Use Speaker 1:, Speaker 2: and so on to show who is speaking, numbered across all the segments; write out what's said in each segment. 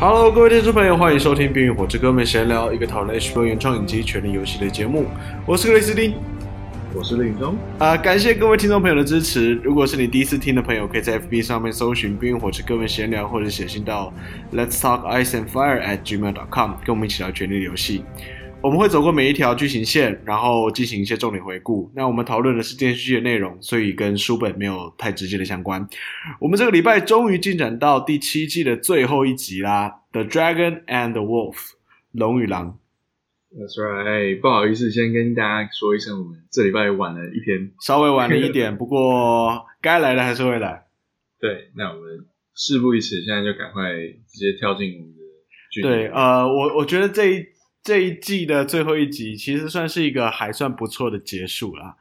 Speaker 1: Hello，各位听众朋友，欢迎收听《冰与火之歌们闲聊》，一个讨论 HBO 原创影集、权力游戏的节目。我是克里斯汀。
Speaker 2: 我是令忠，
Speaker 1: 啊、感谢各位听众朋友的支持。如果是你第一次听的朋友，可以在 FB 上面搜寻“冰与火之歌们闲聊”，或者写信到 Let's Talk Ice and Fire at gmail.com，跟我们一起聊权力游戏。我们会走过每一条剧情线，然后进行一些重点回顾。那我们讨论的是电视剧的内容，所以跟书本没有太直接的相关。我们这个礼拜终于进展到第七季的最后一集啦，《The Dragon and the Wolf》龙与狼。
Speaker 2: That's right，哎，不好意思，先跟大家说一声，我们这礼拜晚了一天。
Speaker 1: 稍微晚了一点，不过该来的还是会来。
Speaker 2: 对，那我们事不宜迟，现在就赶快直接跳进我们的剧情。
Speaker 1: 对，呃，我我觉得这一这一季的最后一集其实算是一个还算不错的结束啦，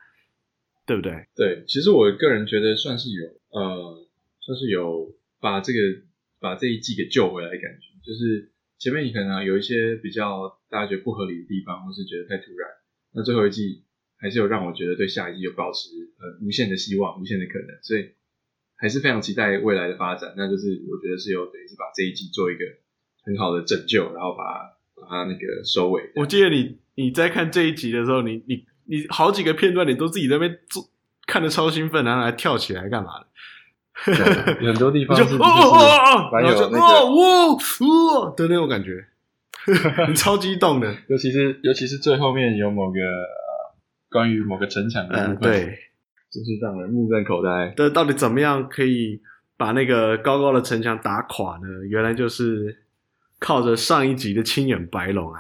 Speaker 1: 对不对？
Speaker 2: 对，其实我个人觉得算是有，呃，算是有把这个把这一季给救回来的感觉，就是前面你可能有一些比较大家觉得不合理的地方，或是觉得太突然，那最后一季还是有让我觉得对下一季有保持呃无限的希望、无限的可能，所以还是非常期待未来的发展。那就是我觉得是有等于是把这一季做一个很好的拯救，然后把把它那个收尾。
Speaker 1: 我记得你你在看这一集的时候，你你你好几个片段你都自己在那边做看的超兴奋，然后还跳起来干嘛的？
Speaker 2: 有 很多地
Speaker 1: 你
Speaker 2: 方
Speaker 1: 就是哦
Speaker 2: 不是
Speaker 1: 哦哦哦，
Speaker 2: 蛮
Speaker 1: 然后就
Speaker 2: 有
Speaker 1: 哦
Speaker 2: 那个
Speaker 1: 哦哦的那种感 觉，你超激动的。
Speaker 2: 尤其是尤其是最后面有某个、呃、关于某个城墙的
Speaker 1: 嗯，
Speaker 2: 部分，
Speaker 1: 对。
Speaker 2: 真是让人目瞪口呆。
Speaker 1: 这到底怎么样可以把那个高高的城墙打垮呢？原来就是靠着上一集的青眼白龙啊，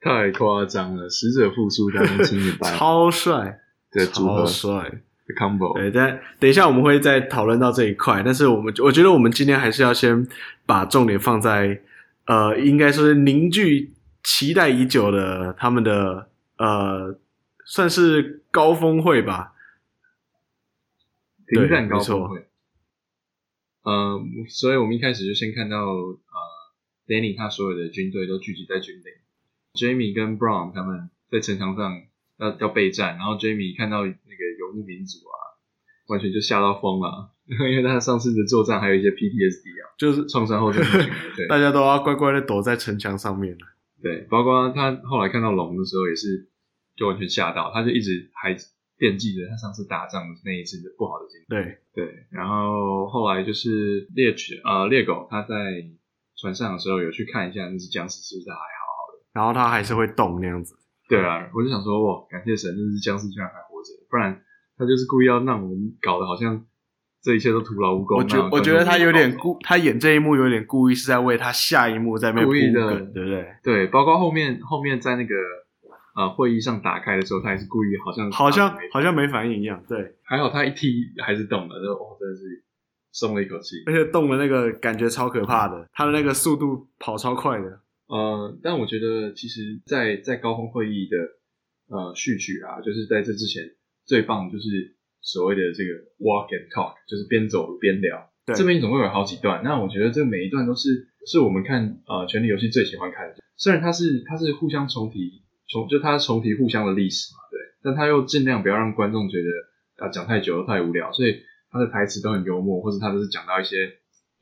Speaker 2: 太夸张了！使者复苏当中青眼白
Speaker 1: 超帅，
Speaker 2: 的组合
Speaker 1: 超帅。
Speaker 2: 的 combo，
Speaker 1: 对，但等一下我们会再讨论到这一块，但是我们我觉得我们今天还是要先把重点放在呃，应该说是凝聚期待已久的他们的呃，算是高峰会吧，
Speaker 2: 停战高
Speaker 1: 没
Speaker 2: 峰
Speaker 1: 错
Speaker 2: 会。呃，所以我们一开始就先看到呃，Danny 他所有的军队都聚集在军营，Jamie 跟 Brown 他们在城墙上要要备战，然后 Jamie 看到那个游牧民族啊，完全就吓到疯了，啊 因为他上次的作战还有一些 PTSD 啊，
Speaker 1: 就是
Speaker 2: 创伤后症 候群对
Speaker 1: 大家都要乖乖的躲在城墙上面了。
Speaker 2: 对，包括他后来看到龙的时候，也是就完全吓到，他就一直还惦记着他上次打仗那一次的不好的经历。
Speaker 1: 对，
Speaker 2: 对，然后后来就是猎犬呃猎狗，他在船上的时候有去看一下那只僵尸是不是还好。
Speaker 1: 然后它还是会动那样子。
Speaker 2: 对啊，我就想说，哇，感谢神，那只僵尸居然还活着，不然他就是故意要让我们搞得好像这一切都徒劳无功。
Speaker 1: 我觉
Speaker 2: 那
Speaker 1: 我觉得他有点
Speaker 2: 搞
Speaker 1: 故，他演这一幕有点故意是在为他下一幕在那边
Speaker 2: 故意
Speaker 1: 铺
Speaker 2: 的
Speaker 1: 梗，对不对？
Speaker 2: 对，包括后面后面在那个呃会议上打开的时候，他也是故意好像
Speaker 1: 好像
Speaker 2: 打开
Speaker 1: 好像没反应一样，对，
Speaker 2: 还好他一踢还是动了，就哦，真的是松了一口气。
Speaker 1: 而且动的那个感觉超可怕的，他的那个速度跑超快的，
Speaker 2: 呃，但我觉得其实在，在高峰会议的呃序曲啊，就是在这之前最棒就是所谓的这个 walk and talk，就是边走路边聊。
Speaker 1: 对
Speaker 2: 这边总共有好几段，那我觉得这每一段都是是我们看呃《权力游戏》最喜欢看的。虽然它是它是互相重提，重就它重提互相的历史嘛，对，但它又尽量不要让观众觉得啊讲太久了太无聊，所以它的台词都很幽默，或者它都是讲到一些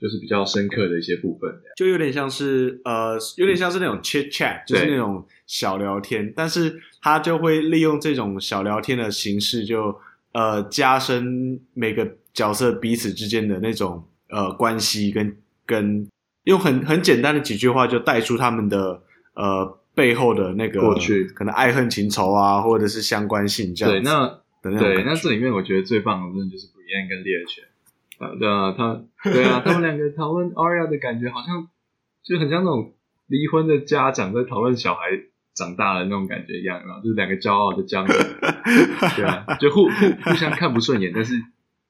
Speaker 2: 就是比较深刻的一些部分。
Speaker 1: 就有点像是呃，有点像是那种 chit chat，就是那种小聊天，但是他就会利用这种小聊天的形式就，呃加深每个角色彼此之间的那种呃关系跟跟用很很简单的几句话就带出他们的呃背后的那个
Speaker 2: 过去
Speaker 1: 可能爱恨情仇啊，或者是相关性这样
Speaker 2: 对，
Speaker 1: 子
Speaker 2: 那
Speaker 1: 的那种
Speaker 2: 对，
Speaker 1: 感
Speaker 2: 那
Speaker 1: 觉
Speaker 2: 这里面我觉得最棒的真的就是 Brienne 跟猎犬，呃，对啊，他对啊，他们两个讨论 Aria 的感觉好像就很像那种离婚的家长在讨论小孩长大了那种感觉一样，然后就是两个骄傲的将，对啊，就互互互相看不顺眼，但是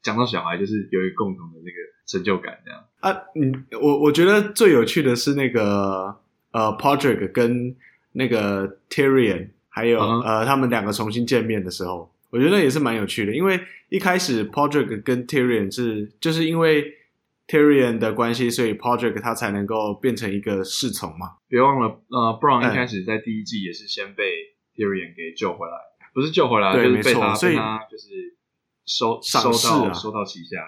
Speaker 2: 讲到小孩就是有一个共同的那个成就感这样。
Speaker 1: 啊，你我我觉得最有趣的是那个呃 Podrick 跟那个 Tyrion，还有、
Speaker 2: 嗯哼
Speaker 1: 呃他们两个重新见面的时候，我觉得也是蛮有趣的，因为一开始 Podrick 跟 Tyrion 是就是因为 Tyrion 的关系，所以 Podrick 他才能够变成一个侍从嘛。
Speaker 2: 别忘了，呃，Brown
Speaker 1: 嗯
Speaker 2: 一开始在第一季也是先被 Tyrion 给救回来，不是救回来，
Speaker 1: 对
Speaker 2: 就是被
Speaker 1: 没错
Speaker 2: 他
Speaker 1: 所以
Speaker 2: 被他就是收
Speaker 1: 赏
Speaker 2: 收
Speaker 1: 识啊
Speaker 2: 到收到旗下。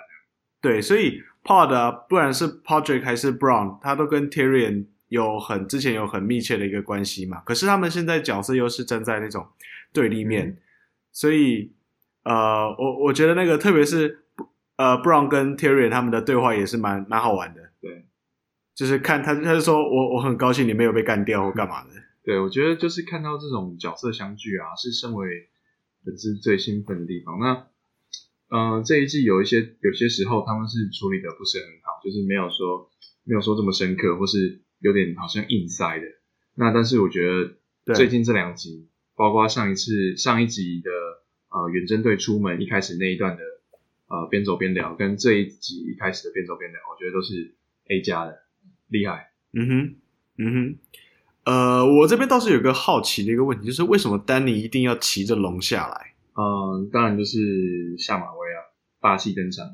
Speaker 1: 对，所以 Pod 啊，不管是 Podrick 还是 Brown，他都跟 Tyrion 有很之前有很密切的一个关系嘛。可是他们现在角色又是站在那种对立面，
Speaker 2: 嗯
Speaker 1: 所以呃，我我觉得那个特别是呃 Brown 跟 Tyrion 他们的对话也是蛮蛮好玩的。
Speaker 2: 对，
Speaker 1: 就是看他他就说我我很高兴你没有被干掉或干嘛的。
Speaker 2: 对，我觉得就是看到这种角色相聚啊，是身为粉丝最兴奋的地方。那，呃，这一季有一些有些时候他们是处理的不是很好，就是没有说没有说这么深刻，或是有点好像硬塞的。那但是我觉得
Speaker 1: 对
Speaker 2: 最近这两集，包括上一次上一集的呃远征队出门一开始那一段的呃边走边聊，跟这一集一开始的边走边聊，我觉得都是 A 加的，厉害。
Speaker 1: 嗯哼，嗯哼，呃，我这边倒是有个好奇的一个问题，就是为什么丹尼一定要骑着龙下来，
Speaker 2: 嗯，当然就是下马威啊，霸气登场。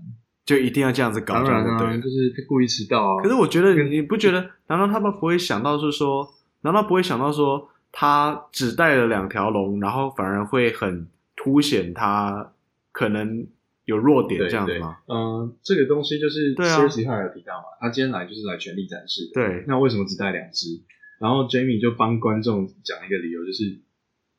Speaker 1: 就一定要这样子搞
Speaker 2: 当
Speaker 1: 这样
Speaker 2: 然
Speaker 1: 就对
Speaker 2: 啊，
Speaker 1: 了
Speaker 2: 就是他故意迟到啊。
Speaker 1: 可是我觉得
Speaker 2: 跟
Speaker 1: 你不觉得？难道他们不会想到是说，难道不会想到说他只带了两条龙，然后反而会很凸显他可能有弱点
Speaker 2: 对
Speaker 1: 这样子
Speaker 2: 对
Speaker 1: 吗？
Speaker 2: 嗯，这个东西就是
Speaker 1: 对啊
Speaker 2: s e r s e 后来有提到嘛，他今天来就是来全力展示的。
Speaker 1: 对
Speaker 2: 那为什么只带两只？然后 Jamie 就帮观众讲一个理由，就是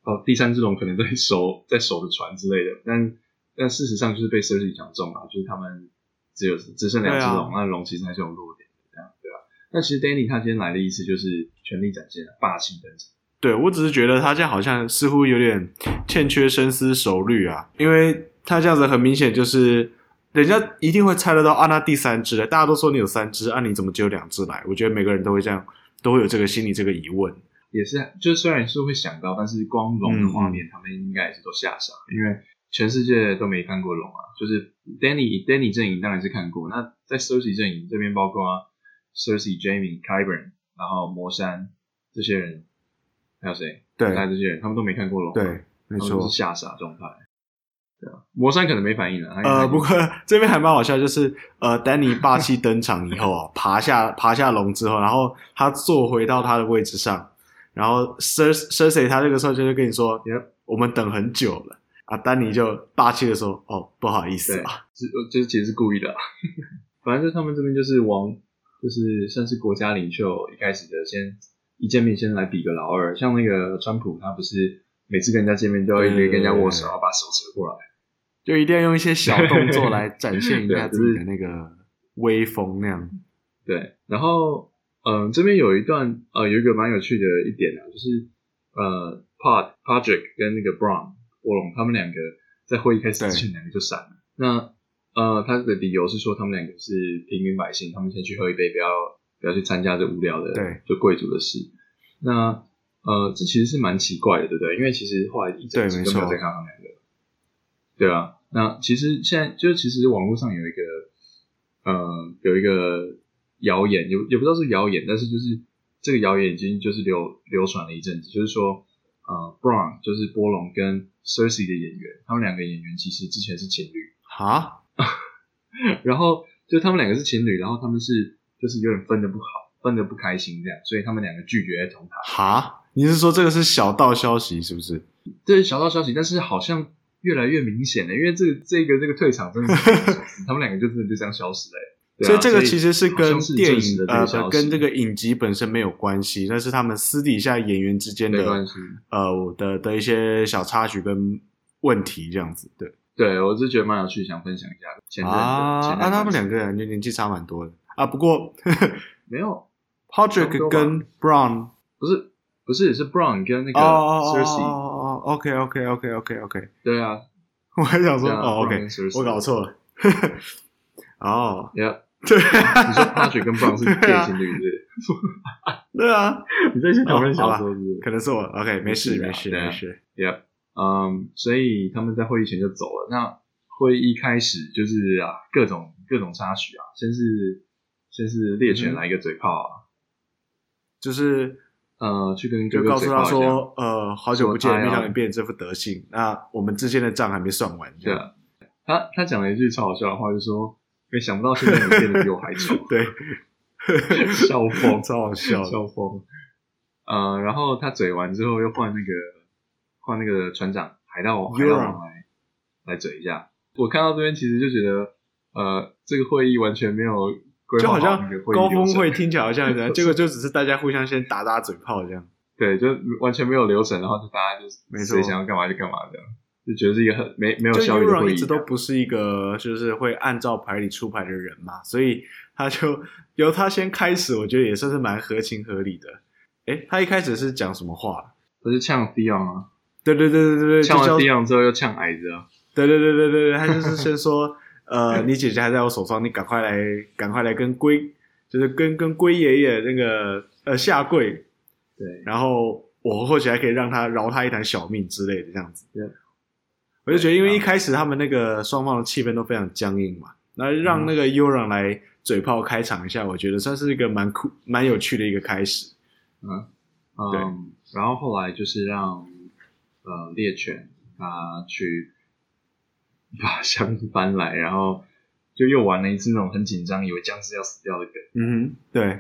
Speaker 2: 哦，第三只龙可能在守在守着船之类的，但但事实上就是被 s e r s e 讲中了，就是他们只有只剩两只
Speaker 1: 啊
Speaker 2: 龙，那龙其实还是有弱点的，这样对吧、啊那其实 Danny 他今天来的意思就是全力展现啊霸气登场。
Speaker 1: 对我只是觉得他这样好像似乎有点欠缺深思熟虑啊，因为他这样子很明显就是。人家一定会猜得到啊，那第三只了。大家都说你有三只，啊，你怎么只有两只来？我觉得每个人都会这样，都会有这个心里这个疑问。
Speaker 2: 也是，就是虽然是会想到，但是光龙
Speaker 1: 嗯
Speaker 2: 的画面，他们应该也是都吓傻，因为全世界都没看过龙啊。就是 Danny Danny 阵营当然是看过，那在 Cersei 阵营这边，包括、Cersei、Jamie、Kyburn，然后魔山这些人，还有谁？
Speaker 1: 对
Speaker 2: 还有这些人，他们都没看过龙、啊，，
Speaker 1: 对，没
Speaker 2: 他们
Speaker 1: 错，
Speaker 2: 都是吓傻状态。对啊，魔山可能没反应了、他应该
Speaker 1: 呃，不过 这边还蛮好笑，就是呃，丹尼霸气登场以后啊，爬下爬下龙之后，然后他坐回到他的位置上，然后 Sir Sir 他这个时候就是跟你说
Speaker 2: Yep
Speaker 1: 我们等很久了啊，丹尼就霸气的说，哦，不好意思啊，
Speaker 2: 是呃就是其实是故意的、啊， 反正就是他们这边就是王，就是算是国家领袖一开始的先一见面先来比个老二，像那个川普他不是每次跟人家见面都要一直跟人家握手，
Speaker 1: 对
Speaker 2: 然后把手扯过来，
Speaker 1: 就一定要用一些小动作来展现一下
Speaker 2: 对就
Speaker 1: 自
Speaker 2: 是
Speaker 1: 己的那个威风那 样。
Speaker 2: 对，然后嗯、呃这边有一段呃有一个蛮有趣的一点啊，就是呃 Pod Podrick 跟那个 Brown 波龙他们两个在会议开始之前两个就闪了，那呃他的理由是说他们两个是平民百姓，他们先去喝一杯，不要不要去参加这无聊的
Speaker 1: 对
Speaker 2: 就贵族的事，那呃这其实是蛮奇怪的，对不对？因为其实后来一整
Speaker 1: 对
Speaker 2: 集
Speaker 1: 没
Speaker 2: 都没有
Speaker 1: 错
Speaker 2: 再看到他们两个。对啊，那其实现在就其实网络上有一个，呃，有一个谣言，也也不知道是谣言，但是就是这个谣言已经就是流流传了一阵子，就是说，呃，Brown 就是波龙跟 Cersei 的演员，他们两个演员其实之前是情侣，
Speaker 1: 啊，
Speaker 2: 然后就他们两个是情侣，然后他们是就是有点分的不好，分的不开心这样，所以他们两个拒绝在同台。
Speaker 1: 哈，你是说这个是小道消息是不是？
Speaker 2: 这是小道消息，但是好像越来越明显了，因为这个这个这个退场真的是 他们两个就真的就这样消失了、欸。
Speaker 1: 所
Speaker 2: 对
Speaker 1: 以
Speaker 2: 啊、
Speaker 1: 这个其实是
Speaker 2: 好
Speaker 1: 跟
Speaker 2: 像是
Speaker 1: 电
Speaker 2: 证实
Speaker 1: 影
Speaker 2: 的这
Speaker 1: 呃
Speaker 2: 个消息
Speaker 1: 不跟这个影集本身没有关系，那是他们私底下演员之间
Speaker 2: 没
Speaker 1: 的
Speaker 2: 关系。
Speaker 1: 呃我的的一些小插曲跟问题这样子。对
Speaker 2: 对，我是觉得蛮有趣，想分享一下前任的
Speaker 1: 啊
Speaker 2: 前任
Speaker 1: 啊，他们两
Speaker 2: 个
Speaker 1: 个人就年纪差蛮多的啊。不过
Speaker 2: 没有，差不
Speaker 1: Patrick
Speaker 2: 多吧
Speaker 1: 跟 Brown
Speaker 2: 不是不是是 Brown 跟那
Speaker 1: 哦
Speaker 2: 个
Speaker 1: 哦哦
Speaker 2: Cersei，、
Speaker 1: 哦，OK OK OK OK OK，
Speaker 2: 对啊，
Speaker 1: 我还想说
Speaker 2: 对啊
Speaker 1: 哦
Speaker 2: Brown
Speaker 1: OK，
Speaker 2: 跟 Cersei
Speaker 1: 我搞。错了。哦，
Speaker 2: Yeah，
Speaker 1: 对
Speaker 2: 你说 Patrick 跟 Brown 是
Speaker 1: 对啊
Speaker 2: gay 情侣是不是？
Speaker 1: 对啊，
Speaker 2: 你在去讨论
Speaker 1: 哦
Speaker 2: 小
Speaker 1: 好吧
Speaker 2: 说是不是
Speaker 1: 可能是我 OK，没事
Speaker 2: 没
Speaker 1: 没事
Speaker 2: 事啊对啊
Speaker 1: 没事。
Speaker 2: Yep，嗯，所以他们在会议前就走了。那会议开始就是啊，各种各种插曲啊，先是先是猎犬
Speaker 1: 嗯哼
Speaker 2: 来一个嘴炮
Speaker 1: 就是
Speaker 2: 啊，呃，去跟哥
Speaker 1: 就
Speaker 2: 哥
Speaker 1: 告
Speaker 2: 嘴
Speaker 1: 诉他
Speaker 2: 炮一下，
Speaker 1: 说，呃，好久不见
Speaker 2: 说，他要
Speaker 1: 没想到你变成这副德性，那我们之间的账还没算完，这
Speaker 2: 对
Speaker 1: 样
Speaker 2: 啊，他他讲了一句超好笑的话，就说没想不到现在你变得比我还丑，
Speaker 1: 对，
Speaker 2: 笑疯，
Speaker 1: 超好笑的，
Speaker 2: 笑疯。呃，然后他嘴完之后又换那个换那个船长海盗王海
Speaker 1: Euron
Speaker 2: 盗王来来嘴一下。我看到这边其实就觉得呃，这个会议完全没有规
Speaker 1: 就
Speaker 2: 划
Speaker 1: 好像
Speaker 2: 那个会议
Speaker 1: 高
Speaker 2: 流
Speaker 1: 峰
Speaker 2: 程
Speaker 1: 会听起来好像这 样，结果就只是大家互相先打打嘴炮这样。
Speaker 2: 对，就完全没有流程，然后就大家就是
Speaker 1: 没错
Speaker 2: 谁想要干嘛就干嘛这样，就觉得是一个很没没有
Speaker 1: 就
Speaker 2: 效率的
Speaker 1: Euron
Speaker 2: 会
Speaker 1: 一
Speaker 2: 议
Speaker 1: 直
Speaker 2: 这
Speaker 1: 都
Speaker 2: 样。
Speaker 1: 不是一个就是会按照牌理出牌的人嘛，所以他就由他先开始，我觉得也算是蛮合情合理的。诶，他一开始是讲什么话？
Speaker 2: 不是呛 Dion 啊，
Speaker 1: 对对对对对对，就
Speaker 2: 呛完
Speaker 1: 叫
Speaker 2: Dion 之后又呛矮子啊，
Speaker 1: 对对对对对，对，他就是先说，呃，你姐姐还在我手上，你赶快来，赶快来跟龟，就是跟跟龟爷爷那个呃下跪，
Speaker 2: 对，
Speaker 1: 然后我或许还可以让他饶他一条小命之类的这样子
Speaker 2: Yeah.。
Speaker 1: 我就觉得，因为
Speaker 2: 对
Speaker 1: 一开始他们那个双方的气氛都非常僵硬嘛，那
Speaker 2: 嗯
Speaker 1: 让那个 u r a n 来嘴炮开场一下，我觉得算是一个蛮酷、蛮有趣的一个开始。对
Speaker 2: 嗯，然后后来就是让呃猎犬他去把箱子搬来，然后就又玩了一次那种很紧张，以为僵尸要死掉的梗。
Speaker 1: 嗯哼，对，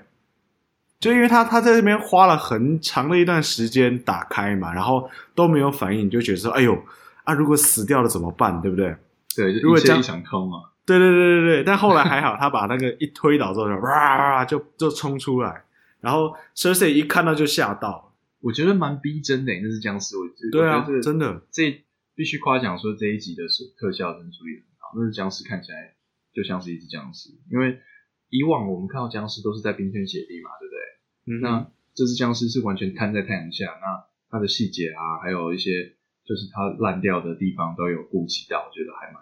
Speaker 1: 就因为他他在这边花了很长的一段时间打开嘛，然后都没有反应，你就觉得说，哎呦啊，如果死掉了怎么办，对不对？
Speaker 2: 对，
Speaker 1: 如
Speaker 2: 就
Speaker 1: 果
Speaker 2: 一切
Speaker 1: 僵
Speaker 2: 一场空啊。
Speaker 1: 对对对对对，但后来还好，他把那个一推倒之后就哇哇哇就就冲出来，然后 Cersei 一看到就吓到了，
Speaker 2: 我觉得蛮逼真的，那是僵尸。我觉得
Speaker 1: 对
Speaker 2: 我
Speaker 1: 啊
Speaker 2: 觉得，
Speaker 1: 真的，
Speaker 2: 这必须夸奖说这一集的特效真的处理得很好，那只僵尸看起来就像是一只僵尸，因为以往我们看到僵尸都是在冰天雪地嘛，对不对？
Speaker 1: 嗯哼，
Speaker 2: 那这只僵尸是完全摊在太阳下，那它的细节啊，还有一些就是它烂掉的地方都有顾及到，我觉得还蛮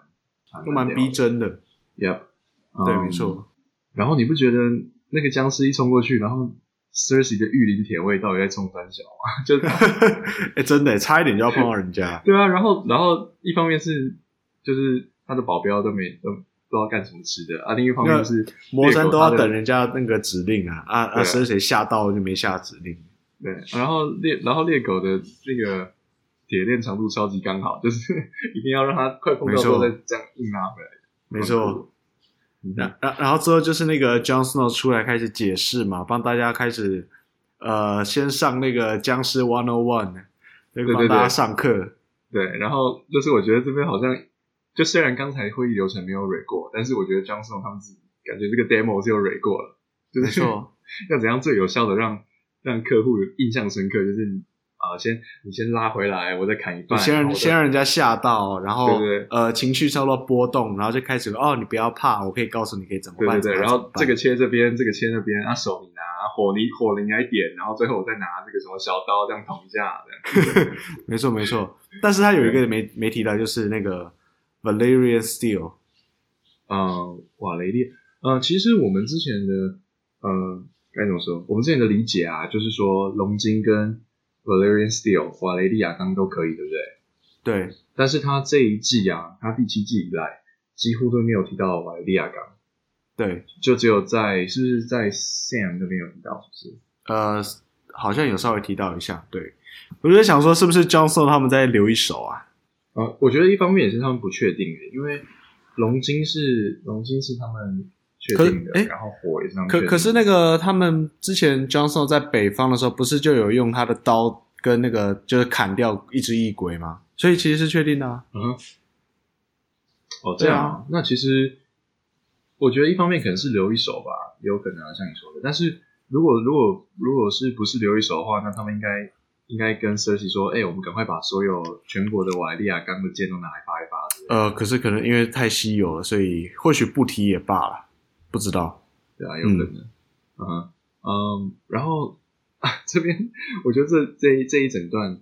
Speaker 2: 还
Speaker 1: 都蛮
Speaker 2: 屌的
Speaker 1: 逼真的，
Speaker 2: 嗯 Yep，
Speaker 1: 对，
Speaker 2: 嗯
Speaker 1: 没错，
Speaker 2: 然后你不觉得那个僵尸一冲过去，然后 Cersei 的御林铁卫到底在冲三小吗？ 就
Speaker 1: 哎、真的差一点就要碰到人家，
Speaker 2: 对啊，然后然后一方面是就是他的保镖都没都不知道干什么吃的啊，另一方面是
Speaker 1: 魔山都
Speaker 2: 猎狗
Speaker 1: 要
Speaker 2: 他的
Speaker 1: 等人家那个指令啊啊
Speaker 2: 对
Speaker 1: 啊
Speaker 2: 啊
Speaker 1: ，Cersei 吓到就没下指令，
Speaker 2: 对，然后猎然后猎狗的那个铁链长度超级刚好，就是 一定要让它快碰到
Speaker 1: 没
Speaker 2: 之
Speaker 1: 错
Speaker 2: 后再这样硬拉回来。
Speaker 1: 没错。
Speaker 2: 嗯哼，
Speaker 1: 然然然后之后就是那个 Jon Snow 出来开始解释嘛，帮大家开始呃先上那个僵尸 One O One，那个
Speaker 2: 对对
Speaker 1: 帮
Speaker 2: 对
Speaker 1: 大家上课，
Speaker 2: 对，然后就是我觉得这边好像就虽然刚才会议流程没有蕊过，但是我觉得 Johnson 他们自己感觉这个 demo 是有蕊过了，就
Speaker 1: 没
Speaker 2: 是
Speaker 1: 错，
Speaker 2: 要怎样最有效的让让客户印象深刻，就是你啊、先你先拉回来，我再砍一
Speaker 1: 你
Speaker 2: 半，
Speaker 1: 先
Speaker 2: 然后
Speaker 1: 让
Speaker 2: 我再
Speaker 1: 先让人家吓到，然后
Speaker 2: 对对对
Speaker 1: 呃情绪稍微波动，然后就开始哦你不要怕，我可以告诉你可以怎么
Speaker 2: 对
Speaker 1: 办，
Speaker 2: 对对，
Speaker 1: 怎么办
Speaker 2: 然后这
Speaker 1: 怎么
Speaker 2: 个切这边，这个切那边，啊手你拿火你火你来点，然后最后我再拿这个什么小刀这样捅一下，这 样
Speaker 1: 办没错没错，但是他有一个没没提到就是那个 Valerian Steel，
Speaker 2: 嗯，瓦雷列，嗯，其实我们之前的，呃，该怎么说？我们之前的理解啊，就是说龙筋跟 Valerian Steel、瓦雷利亚钢都可以，对不对？
Speaker 1: 对
Speaker 2: 但是他这一季啊，他第七季以来几乎都没有提到瓦雷利亚钢，
Speaker 1: 对
Speaker 2: 就只有在是不是在 Sam 那边有提到，是不是？
Speaker 1: 呃好像有稍微提到一下，对我就在想说是不是 Jon Snow 他们在留一手啊？
Speaker 2: 呃，我觉得一方面也是他们不确定的，因为龙筋是龙筋是他们确
Speaker 1: 可是
Speaker 2: 定的，
Speaker 1: 诶
Speaker 2: 然后火也是他们确
Speaker 1: 可
Speaker 2: 定的
Speaker 1: 可是那个他们之前 Johnson 在北方的时候，不是就有用他的刀跟那个就是砍掉一只异鬼吗？所以其实是确定的、啊。
Speaker 2: 嗯，哦，这
Speaker 1: 对啊
Speaker 2: 样啊，那其实我觉得一方面可能是留一手吧，也有可能啊，像你说的。但是如果如果如果是不是留一手的话，那他们应该应该跟 Cersei 说，哎、我们赶快把所有全国的瓦莱利亚钢的剑都拿来发一发之类的，
Speaker 1: 呃，可是可能因为太稀有了，所以或许不提也罢了，不知道。
Speaker 2: 对啊，有可能。嗯哼嗯，然后、啊、这边我觉得这这一这一整段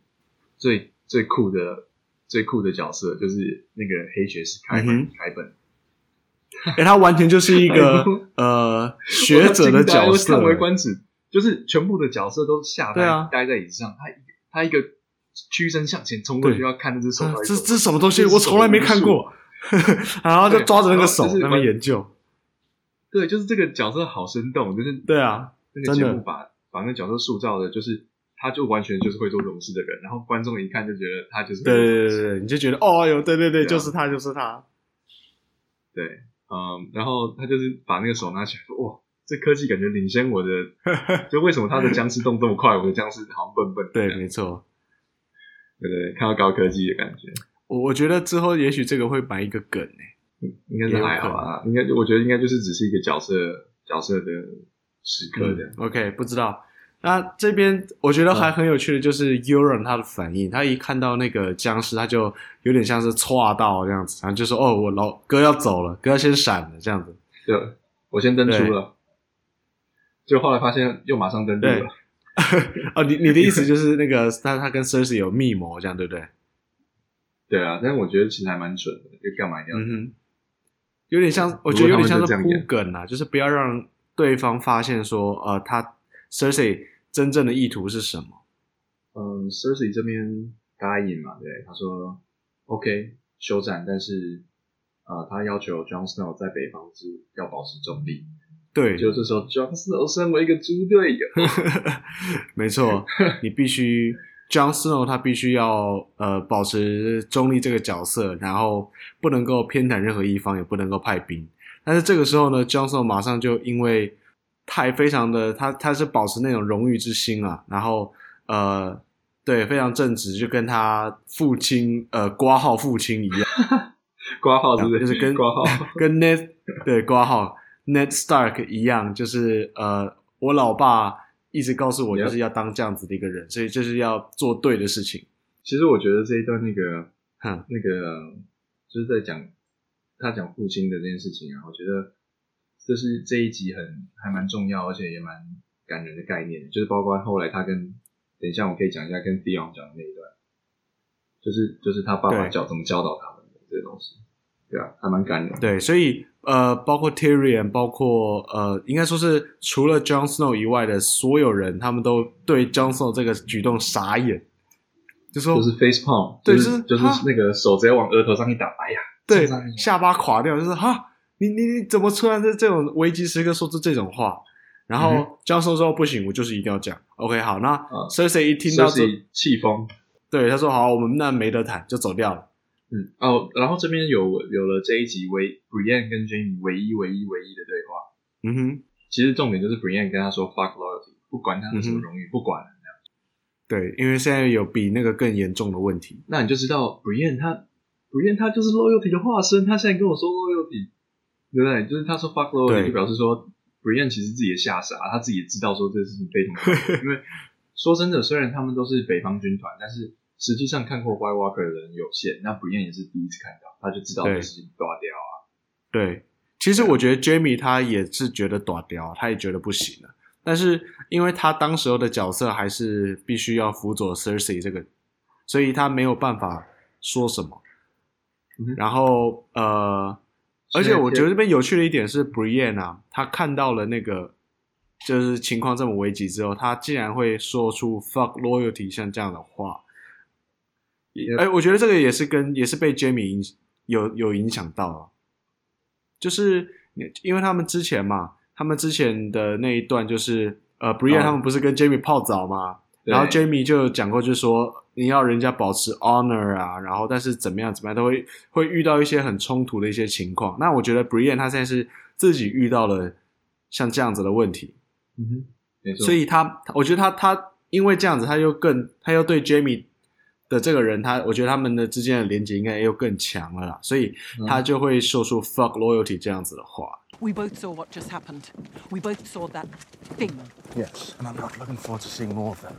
Speaker 2: 最最酷的最酷的角色就是那个黑学士凯本、
Speaker 1: 嗯哼
Speaker 2: 凯本。
Speaker 1: 哎、他完全就是一
Speaker 2: 哎
Speaker 1: 个
Speaker 2: 呦
Speaker 1: 呃学者的角
Speaker 2: 我惊呆
Speaker 1: 色欸
Speaker 2: 我叹为观止，就是全部的角色都下
Speaker 1: 对
Speaker 2: 呆、
Speaker 1: 啊
Speaker 2: 待在椅子上，他一他一个屈身向前冲过去
Speaker 1: 对
Speaker 2: 要看那只手
Speaker 1: 啊
Speaker 2: 到底
Speaker 1: 这
Speaker 2: 怎么，
Speaker 1: 这什么东西？
Speaker 2: 这是
Speaker 1: 我从来没看过。 然后就抓着那个手
Speaker 2: 对然后就是
Speaker 1: 那边研究。
Speaker 2: 对，就是这个角色好生动，就是
Speaker 1: 对啊，
Speaker 2: 那个节
Speaker 1: 真
Speaker 2: 目
Speaker 1: 的
Speaker 2: 把把那个角色塑造的，就是他就完全就是会做容事的人，然后观众一看就觉得他就是会
Speaker 1: 对
Speaker 2: 做
Speaker 1: 对
Speaker 2: 容
Speaker 1: 对
Speaker 2: 事
Speaker 1: 对对，你就觉得哦哟，对对对，
Speaker 2: 对啊
Speaker 1: 就是他，就是他。
Speaker 2: 对，嗯，然后他就是把那个手拿起来说，哇。这科技感觉领 先我的，就为什么他的僵尸动这么快，我的僵尸好像笨笨的，
Speaker 1: 对，没错。
Speaker 2: 对对对，看到高科技的感觉。
Speaker 1: 我我觉得之后也许这个会埋一个梗呢、欸
Speaker 2: 应该是还好吧，应该我觉得应该就是只是一个角色角色的时刻这样。
Speaker 1: 嗯 OK，不知道。那这边我觉得还很有趣的就是 Uran 他的反应，他一看到那个僵尸，他就有点像是歘到这样子，然后就说：“哦，我老哥要走了，哥要先闪了。”这样子。
Speaker 2: 对，我先登出了，就后来发现又马上登录
Speaker 1: 对
Speaker 2: 了。
Speaker 1: 哦，你你的意思就是那个他他跟 Cersei 有密谋，这样对不对？
Speaker 2: 对啊，但是我觉得其实还蛮准的，就干嘛一定要
Speaker 1: 嗯哼，有点像，我觉得有点像是
Speaker 2: 啊如果他们就这样
Speaker 1: 铺
Speaker 2: 演
Speaker 1: 梗啊，就是不要让对方发现说，呃，他 Cersei 真正的意图是什么。
Speaker 2: 嗯，Cersei 这边答应嘛，对，他说 OK 休战，但是呃，他要求 Jon Snow 在北方是要保持中立。
Speaker 1: 对，
Speaker 2: 就这时候 Jon Snow 身为一个猪队友，
Speaker 1: 没错，你必须 Jon Snow 他必须要呃保持中立这个角色，然后不能够偏袒任何一方，也不能够派兵。但是这个时候呢，Jon Snow 马上就因为太非常的他他是保持那种荣誉之心啊，然后呃对非常正直，就跟他父亲呃挂号父亲一样。
Speaker 2: 挂号是不是？
Speaker 1: 就是跟
Speaker 2: 挂号，
Speaker 1: 跟 Ned 对挂号 Ned Stark 一样，就是呃，我老爸一直告诉我，
Speaker 2: Yep.
Speaker 1: 就是要当这样子的一个人，所以就是要做对的事情。
Speaker 2: 其实我觉得这一段那个
Speaker 1: 哼，
Speaker 2: 那个就是在讲他讲父亲的这件事情啊，我觉得这是这一集很还蛮重要，而且也蛮感人的概念，就是包括后来他跟等一下我可以讲一下跟 Dion 讲的那一段，就是就是他爸爸
Speaker 1: 对
Speaker 2: 教怎么教导他们的这个东西，对啊，还蛮感人的。
Speaker 1: 对，所以呃，包括 Tyrion，包括呃，应该说是除了 Jon Snow 以外的所有人，他们都对 Jon Snow 这个举动傻眼，就说、
Speaker 2: 就是 face palm，
Speaker 1: 对
Speaker 2: 就是
Speaker 1: 就是
Speaker 2: 就是
Speaker 1: 啊
Speaker 2: 那个手直接往额头上一打，哎呀，
Speaker 1: 对
Speaker 2: 上面
Speaker 1: 下巴垮掉，就是哈，你你你怎么突然在这种危机时刻说出这种话？然
Speaker 2: 嗯
Speaker 1: 后教授说不行，我就是一定要讲。OK，好，那 Cersei 一听到这，
Speaker 2: Cersei 气疯，
Speaker 1: 对他说好，我们那没得谈，就走掉了。
Speaker 2: 嗯哦，然后这边有有了这一集唯 Brienne 跟 Jamie 唯一唯一唯一的对话，
Speaker 1: 嗯哼，
Speaker 2: 其实重点就是 Brienne 跟他说 fuck loyalty，不管他的
Speaker 1: 嗯
Speaker 2: 什么荣誉，不管了，
Speaker 1: 对，因为现在有比那个更严重的问题。
Speaker 2: 那你就知道 Brienne 他 Brienne 他就是 loyalty 的化身，他现在跟我说 loyalty，对不对？就是他说 fuck
Speaker 1: 对
Speaker 2: loyalty 就表示说 Brienne 其实自己也吓傻，他自己也知道说这事情非常不 好因为说真的，虽然他们都是北方军团，但是实际上看过 White Walker 的人有限，那 Brienne 也是第一次看到，他就知道
Speaker 1: 对
Speaker 2: 这事情断掉啊，
Speaker 1: 对，其实我觉得 Jamie 他也是觉得短掉，他也觉得不行了。但是因为他当时候的角色还是必须要辅佐 Cersei 这个，所以他没有办法说什么。
Speaker 2: 嗯哼
Speaker 1: 然后呃，而且我觉得这边有趣的一点是，Brienne 啊，他看到了那个就是情况这么危急之后，他竟然会说出 “fuck loyalty” 像这样的话。
Speaker 2: Yep
Speaker 1: 哎、我觉得这个也是跟也是被 Jamie 影有有影响到啊，就是你因为他们之前嘛，他们之前的那一段就是呃，Brienne
Speaker 2: 哦
Speaker 1: 他们不是跟 Jamie 泡澡吗？
Speaker 2: 对
Speaker 1: 然后 Jamie 就有讲过，就是说你要人家保持 honor 啊，然后但是怎么样怎么样都会会遇到一些很冲突的一些情况。那我觉得 Brienne 他现在是自己遇到了像这样子的问题，
Speaker 2: 嗯哼，没错，
Speaker 1: 所以他我觉得他他因为这样子，他又更他又对 Jamie 的这个人，他我觉得他们的之间的连接应该又更强了啦，所以
Speaker 2: 嗯
Speaker 1: 他就会说出 fuck loyalty 这样子的话。
Speaker 3: We both saw what just happened. We both saw that thing.
Speaker 4: Yes, and I'm not looking forward to seeing more of them.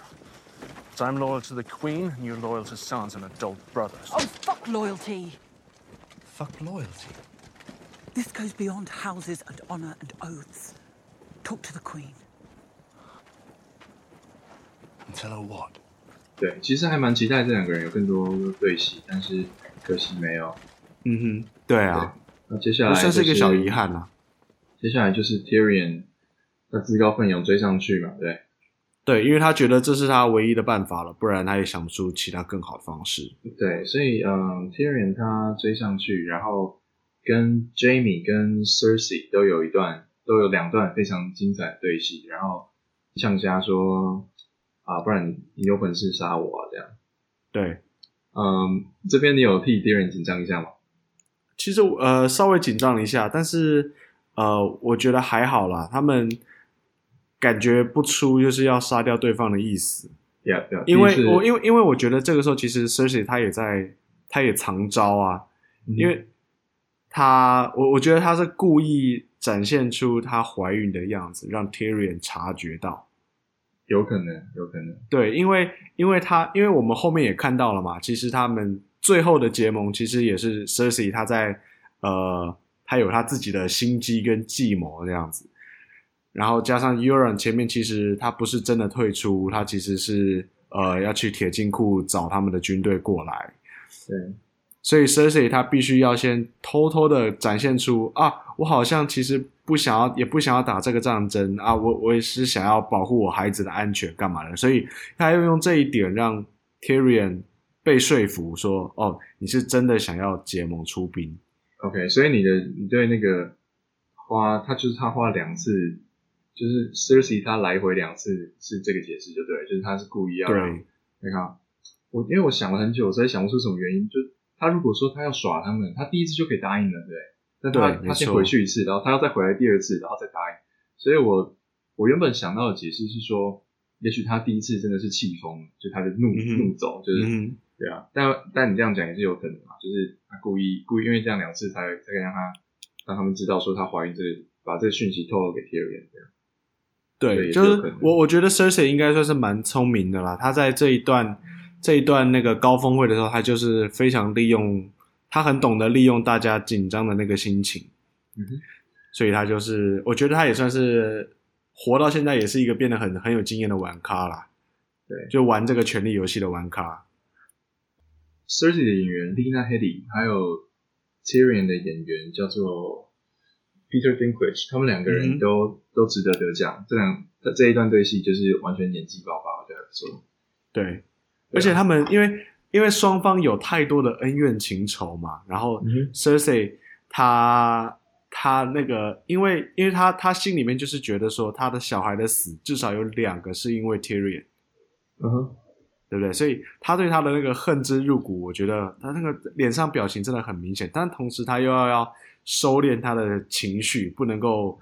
Speaker 4: So I'm loyal to the Queen, and you're loyal to sons and adult brothers.
Speaker 3: Oh, fuck loyalty.
Speaker 4: fuck loyalty.
Speaker 3: This goes beyond houses and honour and oaths. Talk to the Queen.
Speaker 4: And tell her what?
Speaker 2: 对，其实还蛮期待这两个人有更多对戏，但是可惜没有。
Speaker 1: 嗯哼，对啊，
Speaker 2: 那接下
Speaker 1: 这
Speaker 2: 来、
Speaker 1: 算是一个小遗。憾啊啦、
Speaker 2: 接下来就是 Tyrion，他自告奋勇追上去嘛，对，
Speaker 1: 对，因为他觉得这是他唯一的办法了，不然他也想不出其他更好的方式。
Speaker 2: 对，所以嗯，Tyrion 他追上去，然后跟 Jamie 跟 Cersei 都有一段，都有两段非常精彩的对戏，然后向家说啊，不然你你有本事杀我啊，这样。
Speaker 1: 对，
Speaker 2: 嗯，这边你有替 Tyrion 紧张一下吗？
Speaker 1: 其实我呃稍微紧张了一下，但是呃我觉得还好啦，他们感觉不出就是要杀掉对方的意思，
Speaker 2: 要要，
Speaker 1: 因为
Speaker 2: 第一次
Speaker 1: 我因为因为我觉得这个时候其实 Cersei 他也在他也藏招啊，
Speaker 2: 嗯
Speaker 1: 因为她，我我觉得她是故意展现出她怀孕的样子，让 Tyrion 察觉到。
Speaker 2: 有可能，有可能，
Speaker 1: 对，因为因为他因为我们后面也看到了嘛，其实他们最后的结盟其实也是 Cersei 他在呃，他有他自己的心机跟计谋这样子，然后加上 Euron 前面其实他不是真的退出，他其实是呃要去铁金库找他们的军队过来，
Speaker 2: 对，
Speaker 1: 所以 Cersei 他必须要先偷偷的展现出啊，我好像其实不想要，也不想要打这个战争啊，我我也是想要保护我孩子的安全，干嘛的？所以他要用这一点让 Tyrion 被说服说，哦，你是真的想要结盟出兵，
Speaker 2: OK，所以你的你对那个花，他就是他花两次，就是 Cersei 他来回两次是这个解释就对了，就是他是故意要让
Speaker 1: 对
Speaker 2: 那个我，因为我想了很久，我实在想不出什么原因。就他如果说他要耍他们，他第一次就可以答应了，对不对？但他
Speaker 1: 对
Speaker 2: 他
Speaker 1: 没
Speaker 2: 先
Speaker 1: 错
Speaker 2: 回去一次，然后他要再回来第二次，然后再答应。所以我我原本想到的解释是说，也许他第一次真的是气疯了，就他就怒、
Speaker 1: 嗯哼
Speaker 2: 怒走，就是、
Speaker 1: 嗯
Speaker 2: 对啊，但但你这样讲也是有可能嘛，就是他故意故意因为这样两次才才让他让他们知道说他怀孕这个，把这个讯息透露给 Tyrion 这样。对
Speaker 1: 对，
Speaker 2: 也
Speaker 1: 就是
Speaker 2: 有可
Speaker 1: 是
Speaker 2: 能
Speaker 1: 我我觉得 Cersei 应该算是蛮聪明的啦，他在这一段这一段那个高峰会的时候，他就是非常利用，他很懂得利用大家紧张的那个心情，
Speaker 2: 嗯哼
Speaker 1: 所以他就是，我觉得他也算是活到现在，也是一个变得很很有经验的玩咖啦，
Speaker 2: 对
Speaker 1: 就玩这个权力游戏的玩咖，
Speaker 2: ，Cersei 的演员 Lena Headey 还有 Tyrion 的演员叫做 Peter Dinklage，他们两个
Speaker 1: 嗯
Speaker 2: 人
Speaker 1: 哼
Speaker 2: 都、都值得得奖。这两这这一段对戏就是完全演技爆发，我觉得还不错。
Speaker 1: 对，
Speaker 2: 啊
Speaker 1: 而且他们因为因为双方有太多的恩怨情仇嘛，然后
Speaker 2: 嗯哼
Speaker 1: Cersei 她她那个，因为因为她她心里面就是觉得说，她的小孩的死至少有两个是因为 Tyrion，
Speaker 2: 嗯哼，
Speaker 1: 对不对？所以她对他的那个恨之入骨，我觉得她那个脸上表情真的很明显，但同时她又要要收敛她的情绪，不能够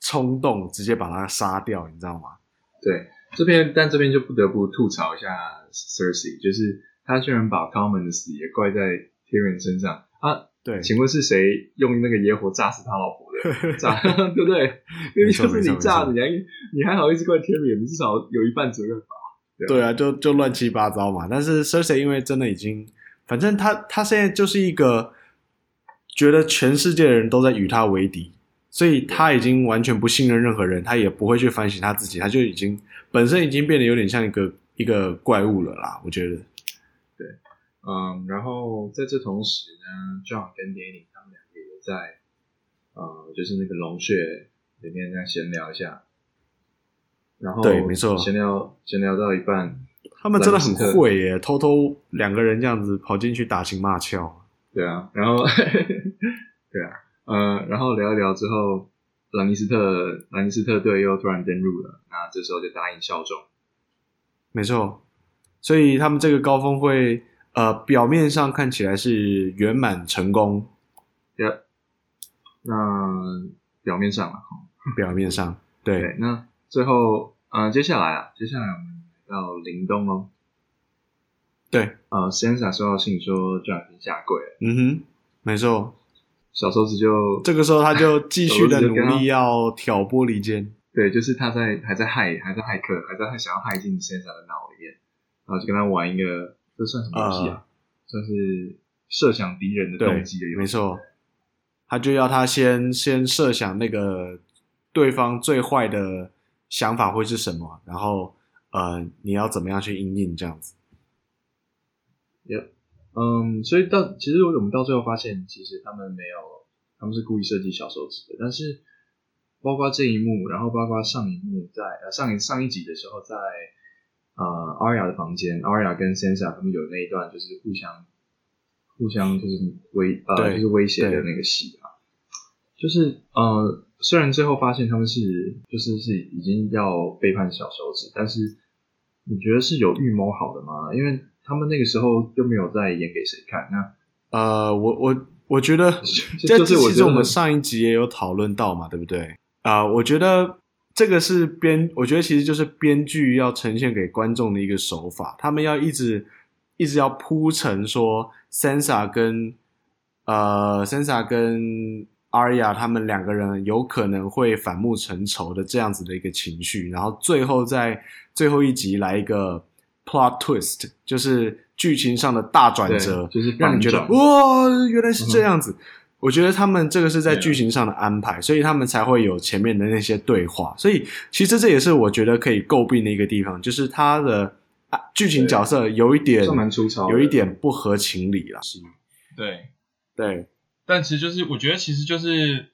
Speaker 1: 冲动直接把他杀掉，你知道吗？
Speaker 2: 对，这边但这边就不得不吐槽一下 Cersei，就是他居然把 Common 的死也怪在 Tyrion 身上啊。
Speaker 1: 对，
Speaker 2: 请问是谁用那个野火炸死他老婆 的？炸对不对？因为
Speaker 1: 没错
Speaker 2: 就是你炸的，
Speaker 1: 没错没错
Speaker 2: 你还你还好意思怪 Terry，你至少有一半责任吧？
Speaker 1: 对啊，就就乱七八糟嘛。但是 Cersei 因为真的已经，反正他他现在就是一个觉得全世界的人都在与他为敌，所以他已经完全不信任任何人，他也不会去反省他自己，他就已经本身已经变得有点像一个一个怪物了啦。我觉得，
Speaker 2: 嗯，然后在这同时呢，John 跟 Danny 他们两个也在呃，就是那个龙穴里面这样闲聊一下。然后
Speaker 1: 对没错
Speaker 2: 闲聊闲聊到一半，
Speaker 1: 他们真的很会耶，偷偷两个人这样子跑进去打情骂俏。
Speaker 2: 对啊，然后 对啊，呃，然后聊一聊之后，兰尼斯特兰尼斯特队又突然登陆了，那这时候就答应效忠。
Speaker 1: 没错，所以他们这个高峰会，呃，表面上看起来是圆满成功，
Speaker 2: Yep，那表面上啊，
Speaker 1: 表面上
Speaker 2: 对，那最后呃，接下来啊，接下来我们来到林东哦，
Speaker 1: 对，
Speaker 2: 呃，Sansa 收到信说 j o h 已经下跪了，
Speaker 1: 嗯哼，没错。
Speaker 2: 小手指就
Speaker 1: 这个时候他就继续的努力要挑拨离间，
Speaker 2: 对，就是他在还在害还在骇客，还在害想要害进 Sansa 的脑里面，然后就跟他玩一个这算什么游戏啊？算是设想敌人的
Speaker 1: 呃对
Speaker 2: 动机的，游戏，
Speaker 1: 没错。他就要他先先设想那个对方最坏的想法会是什么，然后呃，你要怎么样去应应这样子？
Speaker 2: 嗯，所以到其实我们到最后发现，其实他们没有，他们是故意设计小手指的。但是包括这一幕，然后包括上一幕在呃上一上一集的时候在，呃 Arya 的房间，Arya 跟 Sansa 他们有那一段就是互相互相就是威呃
Speaker 1: 对
Speaker 2: 就是威胁的那个戏啊，就是呃虽然最后发现他们是就是是已经要背叛小手指，但是你觉得是有预谋好的吗？因为他们那个时候又没有在演给谁看，那
Speaker 1: 呃，我我我觉得
Speaker 2: 就
Speaker 1: 这
Speaker 2: 就是我觉得
Speaker 1: 其实我们上一集也有讨论到嘛，对不对？啊、我觉得这个是编，我觉得其实就是编剧要呈现给观众的一个手法，他们要一直一直要铺陈说 Sansa 跟呃呃，Sansa 跟 Arya 他们两个人有可能会反目成仇的这样子的一个情绪，然后最后在最后一集来一个 plot twist，就是剧情上的大转折，
Speaker 5: 对就是
Speaker 1: 让你觉得
Speaker 5: 反转
Speaker 1: 哇、原来是这样子。我觉得他们这个是在
Speaker 5: 对啊
Speaker 1: 剧情上的安排，所以他们才会有前面的那些对话。所以其实这也是我觉得可以诟病的一个地方，就是他的、啊、剧情
Speaker 5: 对
Speaker 1: 角色有一点
Speaker 5: 算蛮粗糙的
Speaker 1: 有一点不合情理了。
Speaker 2: 对，
Speaker 1: 对，
Speaker 2: 但其实就是我觉得其实就是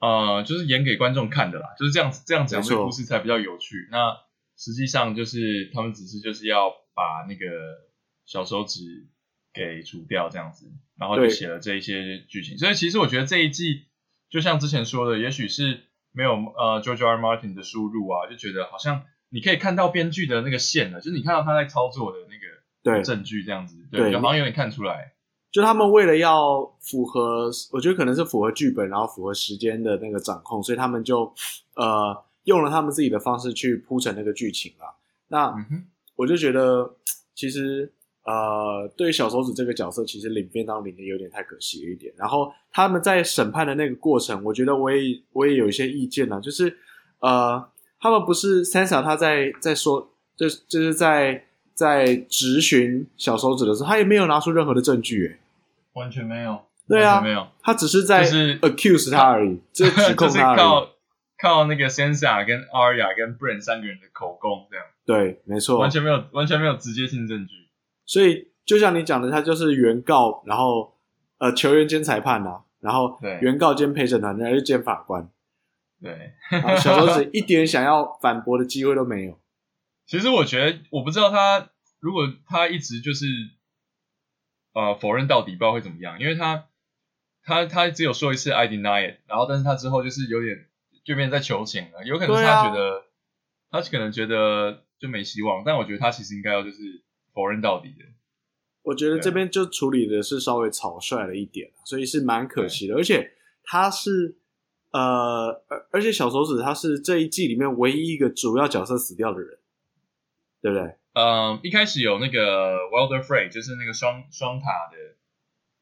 Speaker 2: 呃，就是演给观众看的啦，就是这样子这样讲
Speaker 1: 没
Speaker 2: 这
Speaker 1: 错
Speaker 2: 个故事才比较有趣。那实际上就是他们只是就是要把那个小手指给除掉这样子，然后就
Speaker 1: 对
Speaker 2: 写了这一些剧情。所以其实我觉得这一季就像之前说的，也许是没有呃 George R. R. Martin 的输入啊，就觉得好像你可以看到编剧的那个线了，就是你看到他在操作的那个。
Speaker 1: 对
Speaker 2: 证据这样子，
Speaker 1: 对
Speaker 2: 对，就好像有点看出来，
Speaker 1: 就他们为了要符合，我觉得可能是符合剧本，然后符合时间的那个掌控，所以他们就呃用了他们自己的方式去铺陈那个剧情啦。那
Speaker 2: 嗯哼，
Speaker 1: 我就觉得，其实呃，对于小手指这个角色，其实领便当领的有点太可惜了一点。然后他们在审判的那个过程，我觉得我也我也有一些意见呢，就是呃，他们不是 Sansa 他在在说，就是就是在在质询小手指的时候，他也没有拿出任何的证据、欸，
Speaker 2: 完全没有，
Speaker 1: 对啊
Speaker 2: 完全没有，
Speaker 1: 他只是在
Speaker 2: 就是
Speaker 1: accuse 他而已，就指控
Speaker 2: 就是
Speaker 1: 他而已。
Speaker 2: 靠靠那个 Sansa 跟 Arya 跟 Bran 三个人的口供这样，
Speaker 1: 对，啊没错，
Speaker 2: 完全没有完全没有直接性证据。
Speaker 1: 所以就像你讲的，他就是原告，然后呃球员兼裁判啊，然后
Speaker 2: 对
Speaker 1: 原告兼陪审团，然后又兼法 官，
Speaker 2: 对，
Speaker 1: 然后小手指一点想要反驳的机会都没有。
Speaker 2: 其实我觉得我不知道他如果他一直就是呃否认到底，不知道会怎么样，因为他他他只有说一次 I deny it，然后但是他之后就是有点就变成在求情了，有可能是
Speaker 1: 对啊
Speaker 2: 他觉得、他可能觉得就没希望，但我觉得他其实应该要就是否认到底的。
Speaker 1: 我觉得
Speaker 2: 对
Speaker 1: 这边就处理的是稍微草率了一点，啊所以是蛮可惜的。而且他是呃，而而且小手指他是这一季里面唯一一个主要角色死掉的人，对不对？
Speaker 2: 嗯，一开始有那个 Wilder Frey，就是那个双双塔的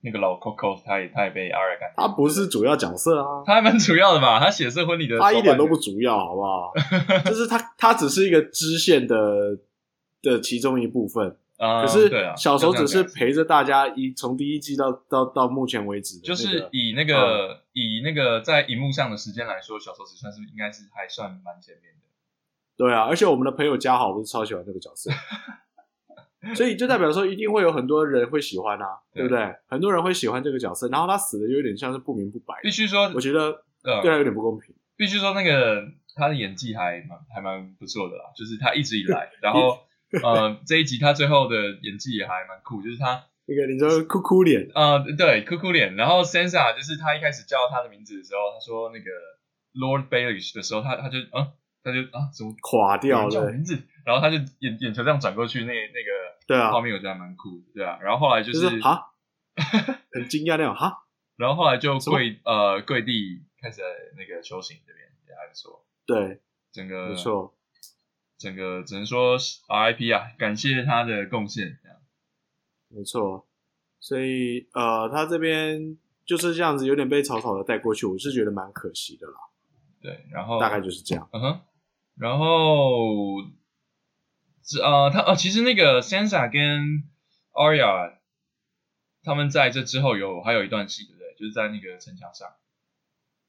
Speaker 2: 那个老 Coco，他也他也被阿尔干，
Speaker 1: 他不是主要角色啊，
Speaker 2: 他还蛮主要的吧？他血色婚礼的，
Speaker 1: 他一点都不，主要，好不好？ 就是他，他只是一个支线的的其中一部分。
Speaker 2: 嗯、
Speaker 1: 可是
Speaker 2: 对啊，
Speaker 1: 小手指是
Speaker 2: 要这样讲
Speaker 1: 陪着大家一从第一季到到到目前为止的
Speaker 2: 就
Speaker 1: 那个、嗯
Speaker 2: 是以那个、以那个在荧幕上的时间来说，小手指算是应该是还算蛮前面的。
Speaker 1: 对啊，而且我们的朋友嘉豪不是超喜欢这个角 色，所以就代表说一定会有很多人会喜欢啊，对
Speaker 2: 对
Speaker 1: 不对？很多人会喜欢这个角色，然后他死的有点像是不明不白
Speaker 2: 必，须说，
Speaker 1: 我觉得
Speaker 2: 呃
Speaker 1: 对他有啊点不公平。
Speaker 2: 必须说那个他的演技还蛮还蛮不错的啦，就是他一直以 来，然后呃这一集他最后的演技也还蛮酷，就是他
Speaker 1: 那个你说哭哭脸，
Speaker 2: 呃，对，酷酷脸。然后 Sansa 就是他一开始叫他的名字的时候，他说那个 Lord Baelish 的时候，他他就啊，他就啊，怎么
Speaker 1: 垮
Speaker 2: 有
Speaker 1: 掉
Speaker 2: 人叫我
Speaker 1: 了，
Speaker 2: 名字？然后他就眼眼球这样转过去，那那
Speaker 1: 对啊
Speaker 2: 个画，面我觉得还蛮酷的，对啊。然后后来就，
Speaker 1: 就是是 哈，很惊讶那种哈，
Speaker 2: 然后后来就
Speaker 1: 什么
Speaker 2: 跪呃跪地开始那个修行这边也还不错，
Speaker 1: 对，
Speaker 2: 整个
Speaker 1: 没错。
Speaker 2: 整个只能说 RIP 啊，感谢他的贡献，这样
Speaker 1: 没错，所以呃，他这边就是这样子，有点被草草的带过去，我是觉得蛮可惜的啦。
Speaker 2: 对。然后
Speaker 1: 大概就是这样。
Speaker 2: 嗯哼，然后这呃，他呃，其实那个 Sansa 跟 Arya 他们在这之后有还有一段戏，对不对？就是在那个城墙上。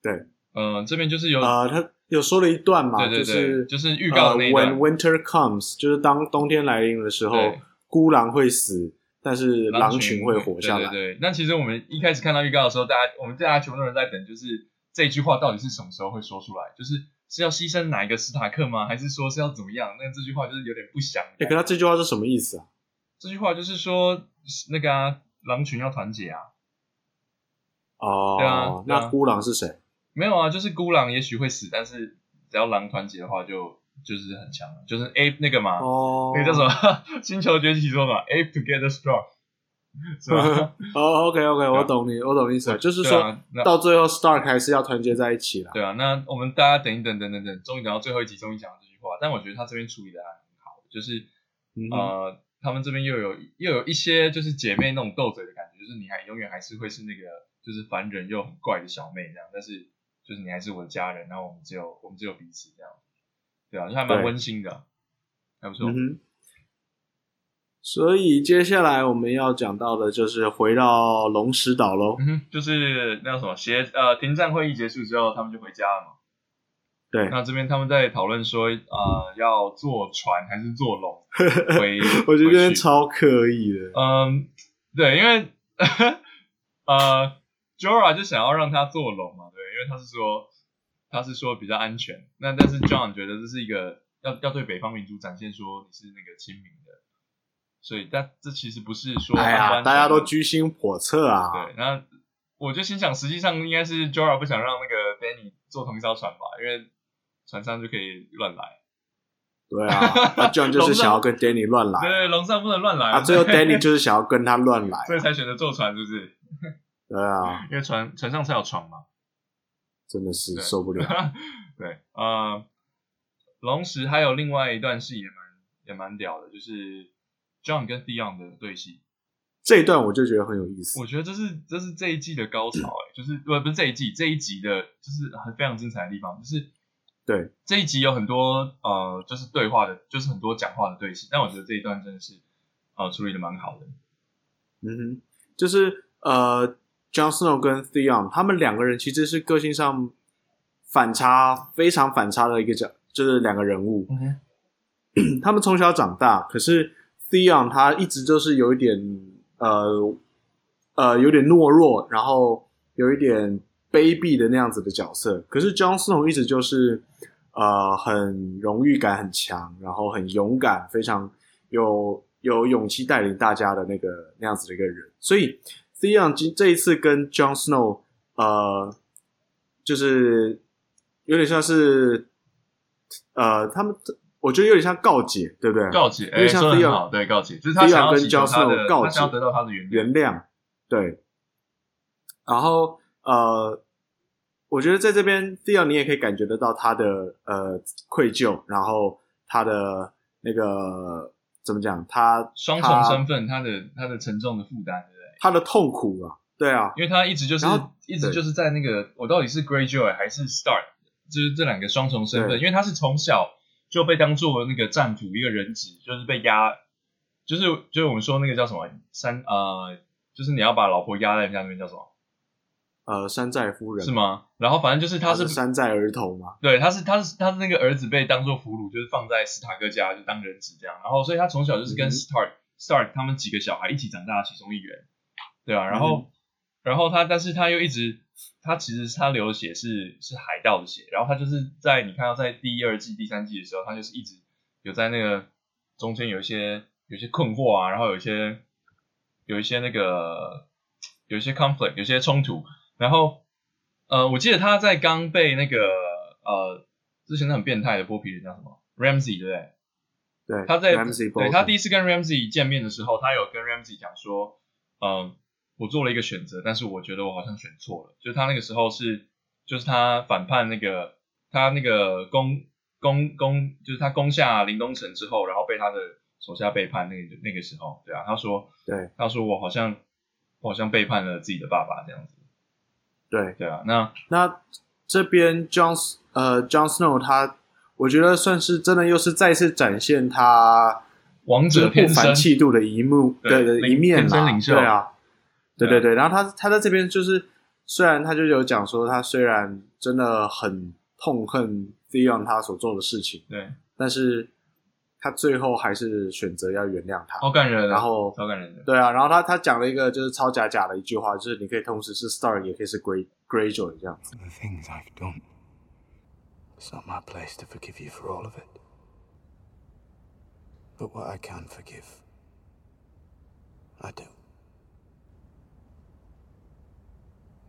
Speaker 1: 对。
Speaker 2: 呃，这边就是有、
Speaker 1: 呃，他有说了一段嘛，
Speaker 2: 对对
Speaker 1: 就是
Speaker 2: 对，就是预告的那一
Speaker 1: 呃
Speaker 2: 段。
Speaker 1: ，When winter comes，就是当冬天来临的时候
Speaker 2: 对，
Speaker 1: 孤狼会死，但是狼群会活下
Speaker 2: 对
Speaker 1: 来。
Speaker 2: 对对，那其实我们一开始看到预告的时候，大家我们大家全部都人在等，就是这句话到底是什么时候会说出来？就是是要牺牲哪一个史塔克吗？还是说是要怎么样？那这句话就是有点不祥的感觉。
Speaker 1: 哎，可他这句话是什么意思啊？
Speaker 2: 这句话就是说那个啊，狼群要团结啊。对啊
Speaker 1: 哦，
Speaker 2: 对啊
Speaker 1: 那孤狼是谁？
Speaker 2: 没有啊，就是孤狼也许会死，但是只要狼团结的话就，就是很强了。就是 A 那个嘛，
Speaker 1: 哦，
Speaker 2: 那个叫什么 《星球崛起》说嘛，A together strong，是吧？
Speaker 1: 哦，OK OK，我
Speaker 2: 啊
Speaker 1: 懂你，我懂你意思了，就是
Speaker 2: 对
Speaker 1: 说
Speaker 2: 啊那
Speaker 1: 到最后，Stark 还是要团结在一起啦。
Speaker 2: 对啊，那我们大家等一等，等等等，终于等到最后一集，终于讲到这句话。但我觉得他这边处理的还很好，就是
Speaker 1: 嗯哼
Speaker 2: 啊呃，他们这边又有又有一些就是姐妹那种斗嘴的感觉，就就是你还永远还是会是那个就是凡人又很怪的小妹这样，但是就是你还是我的家人，然后我们只有我们只有彼此这样，对啊，就还蛮
Speaker 1: 对
Speaker 2: 温馨的啊、还不错。
Speaker 1: 嗯哼。所以接下来我们要讲到的就是回到龙石岛喽。
Speaker 2: 嗯哼，就是那叫什么协呃停战会议结束之后，他们就回家了嘛。
Speaker 1: 对，
Speaker 2: 那这边他们在讨论说，呃，要坐船还是坐 龙回？
Speaker 1: 我觉得这
Speaker 2: 回
Speaker 1: 边
Speaker 2: 去
Speaker 1: 超刻意的。
Speaker 2: 嗯，对，因为呃，Jora 就想要让他坐龙嘛，对，因为他是说他是说比较安全。那但是 John 觉得这是一个要要对北方民族展现说你是那个亲民的，所以但这其实不是说
Speaker 1: 哎
Speaker 2: 安不
Speaker 1: 呀，
Speaker 2: 安全
Speaker 1: 大家都居心叵测啊。
Speaker 2: 对，那我就心想，实际上应该是 Jora 不想让那个 Danny 坐同一艘船吧，因为船上就可以乱来。
Speaker 1: 对啊，那 John 就是想要跟 Danny 乱来
Speaker 2: 对，龙上不能乱来
Speaker 1: 哎啊，最后 Danny 就是想要跟他乱来。
Speaker 2: 所以才选择坐船，是不是？
Speaker 1: 对啊，
Speaker 2: 因为船船上才有床嘛。
Speaker 1: 真的是
Speaker 2: 对
Speaker 1: 受不了。
Speaker 2: 对，呃，龙石还有另外一段戏也蛮也蛮屌的，就是 John 跟 Dion 的对戏，
Speaker 1: 这一段我就觉得很有意思
Speaker 2: 我。觉得这是这是这一季的高潮、欸，就是不不是这一季这一集的，就是很非常精彩的地方，就是
Speaker 1: 对
Speaker 2: 这一集有很多呃，就是对话的，就是很多讲话的对戏，但我觉得这一段真的是呃处理的蛮好的，
Speaker 1: 嗯哼，就是呃，Jon Snow 跟 Theon 他们两个人其实是个性上反差非常反差的一个角，就是两个人物。
Speaker 2: 嗯哼，
Speaker 1: 他们从小长大，可是 Theon 他一直就是有一点呃呃有点懦弱，然后有一点卑鄙的那样子的角色。可是 Jon Snow 一直就是呃很荣誉感很强，然后很勇敢，非常有有勇气带领大家的那个那样子的一个人。所以 Theon 今这一次跟 Jon Snow 呃就是有点像是呃他们。我觉得有点像告解，对不对？
Speaker 2: 告解，哎、
Speaker 1: 因为像
Speaker 2: 说的很
Speaker 1: Theon-
Speaker 2: 好，对告解，就是他
Speaker 1: Theon
Speaker 2: 想要
Speaker 1: 跟
Speaker 2: 祈求他
Speaker 1: Jon Snow
Speaker 2: 的，
Speaker 1: 告
Speaker 2: 他想要
Speaker 1: 解
Speaker 2: 得到他的原谅，
Speaker 1: 原谅，对。然后呃，我觉得在这边 d i o 你也可以感觉得到他的呃愧疚，然后他的那个怎么讲，他
Speaker 2: 双重
Speaker 1: 他
Speaker 2: 身份，他的他的沉重的负担，对不对？
Speaker 1: 他的痛苦啊，对啊，
Speaker 2: 因为他一直就是
Speaker 1: 然后
Speaker 2: 一直
Speaker 1: 对
Speaker 2: 就是在那个我到底是 Greyjoy 还是 Stark，就是这两个双重身份，
Speaker 1: 对
Speaker 2: 因为他是从小就被当做那个战俘一个人质，就是被压，就是就是我们说那个叫什么三呃，就是你要把老婆压在人家那边叫什么
Speaker 1: 呃，山寨夫人
Speaker 2: 是？吗？然后反正就是
Speaker 1: 他
Speaker 2: 他是
Speaker 1: 是山寨儿童嘛，
Speaker 2: 对，他是他是他是那个儿子被当做俘虏，就是放在斯塔克家就当人质这样，然后所以他从小就是跟
Speaker 1: 嗯哼
Speaker 2: Stark、Stark 他们几个小孩一起长大的其中一员，对啊，然
Speaker 1: 嗯
Speaker 2: 后、然后他但是他又一直他其实他流的血是是海盗的血，然后他就是在你看到在第一二季第三季的时候，他就是一直有在那个中间有一些有一些困惑啊，然后有一些有一些那个有一些 conflict，有一些冲突，然后呃，我记得他在刚被那个呃之前那很变态的剥皮人叫什么 Ramsey 对不对？
Speaker 1: 对，
Speaker 2: 他在
Speaker 1: Ramsey
Speaker 2: 对他
Speaker 1: Bolton
Speaker 2: 第一次跟 Ramsey 见面的时候，他有跟 Ramsey 讲说，嗯、我做了一个选择，但是我觉得我好像选错了。就是他那个时候是，就是他反叛那个他那个攻攻攻，就是他攻下林东城之后，然后被他的手下背叛那个那个时候，对啊，他说
Speaker 1: 对
Speaker 2: 他说我好像我好像背叛了自己的爸爸这样子，
Speaker 1: 对，
Speaker 2: 对啊，那
Speaker 1: 那这边 John 呃 John Snow 他，我觉得算是真的又是再次展现他
Speaker 2: 王
Speaker 1: 就是
Speaker 2: 者
Speaker 1: 不
Speaker 2: 偏
Speaker 1: 凡
Speaker 2: 身，
Speaker 1: 气度的一幕，
Speaker 2: 对
Speaker 1: 对的
Speaker 2: 领
Speaker 1: 一面
Speaker 2: 天生
Speaker 1: 啦，
Speaker 2: 领袖
Speaker 1: 对啊，对对
Speaker 2: 对
Speaker 1: 对。然后他他在这边就是，虽然他就有讲说，他虽然真的很痛恨 Theon 他所做的事情，
Speaker 2: 对，
Speaker 1: 但是他最后还是选择要原谅他。
Speaker 2: 好感人，
Speaker 1: 然后
Speaker 2: 超感人的，
Speaker 1: 对啊，然后他他讲了一个就是超假假的一句话，就是你可以同时是 Star 也可以是 Grey Greyjoy 这样子。
Speaker 4: The things I've done. It's not my place to forgive you for all of it. But what I can forgive, I do.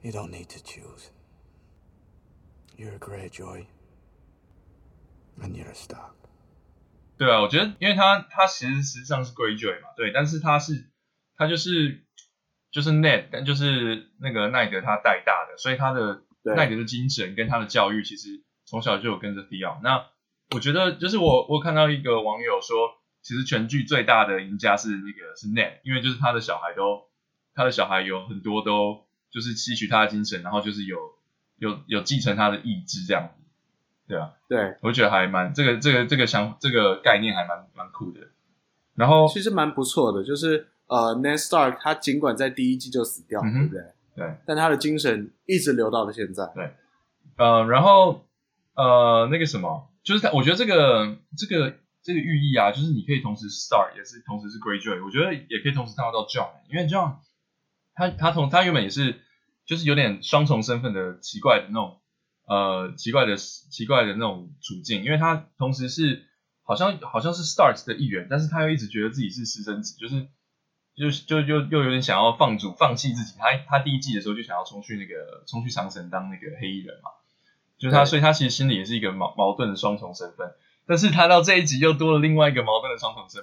Speaker 4: You don't need to choose. You're a Greyjoy, and you're a Stark.
Speaker 2: 对啊，我觉得，因为他他其实实际上是 Greyjoy 嘛，对，但是他是他就是就是 Ned，但就是那个奈德他带大的，所以他的
Speaker 1: 对
Speaker 2: 奈德的精神跟他的教育其实从小就有跟着 Dion。那我觉得就是我我看到一个网友说，其实全剧最大的赢家是那个是 Ned，因为就是他的小孩都他的小孩有很多都就是吸取他的精神，然后就是有有有继承他的意志这样子，对啊，
Speaker 1: 对，
Speaker 2: 我觉得还蛮这个这个这个想这个概念还蛮蛮酷的。然后
Speaker 1: 其实蛮不错的，就是呃，Ned Stark 他尽管在第一季就死掉，
Speaker 2: 嗯
Speaker 1: 对
Speaker 2: 哼
Speaker 1: 不对？
Speaker 2: 对，
Speaker 1: 但他的精神一直留到了现 在。
Speaker 2: 呃，然后呃，那个什么，就是他，我觉得这个这个这个寓意啊，就是你可以同时 Star 也是同时是 Greyjoy，我觉得也可以同时看到到 John，因为 John 他他同他原本也是就是有点双重身份的奇怪的那种呃奇怪的奇怪的那种处境，因为他同时是好像好像是 Stars 的一员，但是他又一直觉得自己是私生子，就是就就又又有点想要放逐放弃自己。他他第一季的时候就想要冲去那个冲去长城当那个黑衣人嘛，就是他，
Speaker 1: 对
Speaker 2: 所以他其实心里也是一个矛矛盾的双重身份，但是他到这一集又多了另外一个矛盾的双重身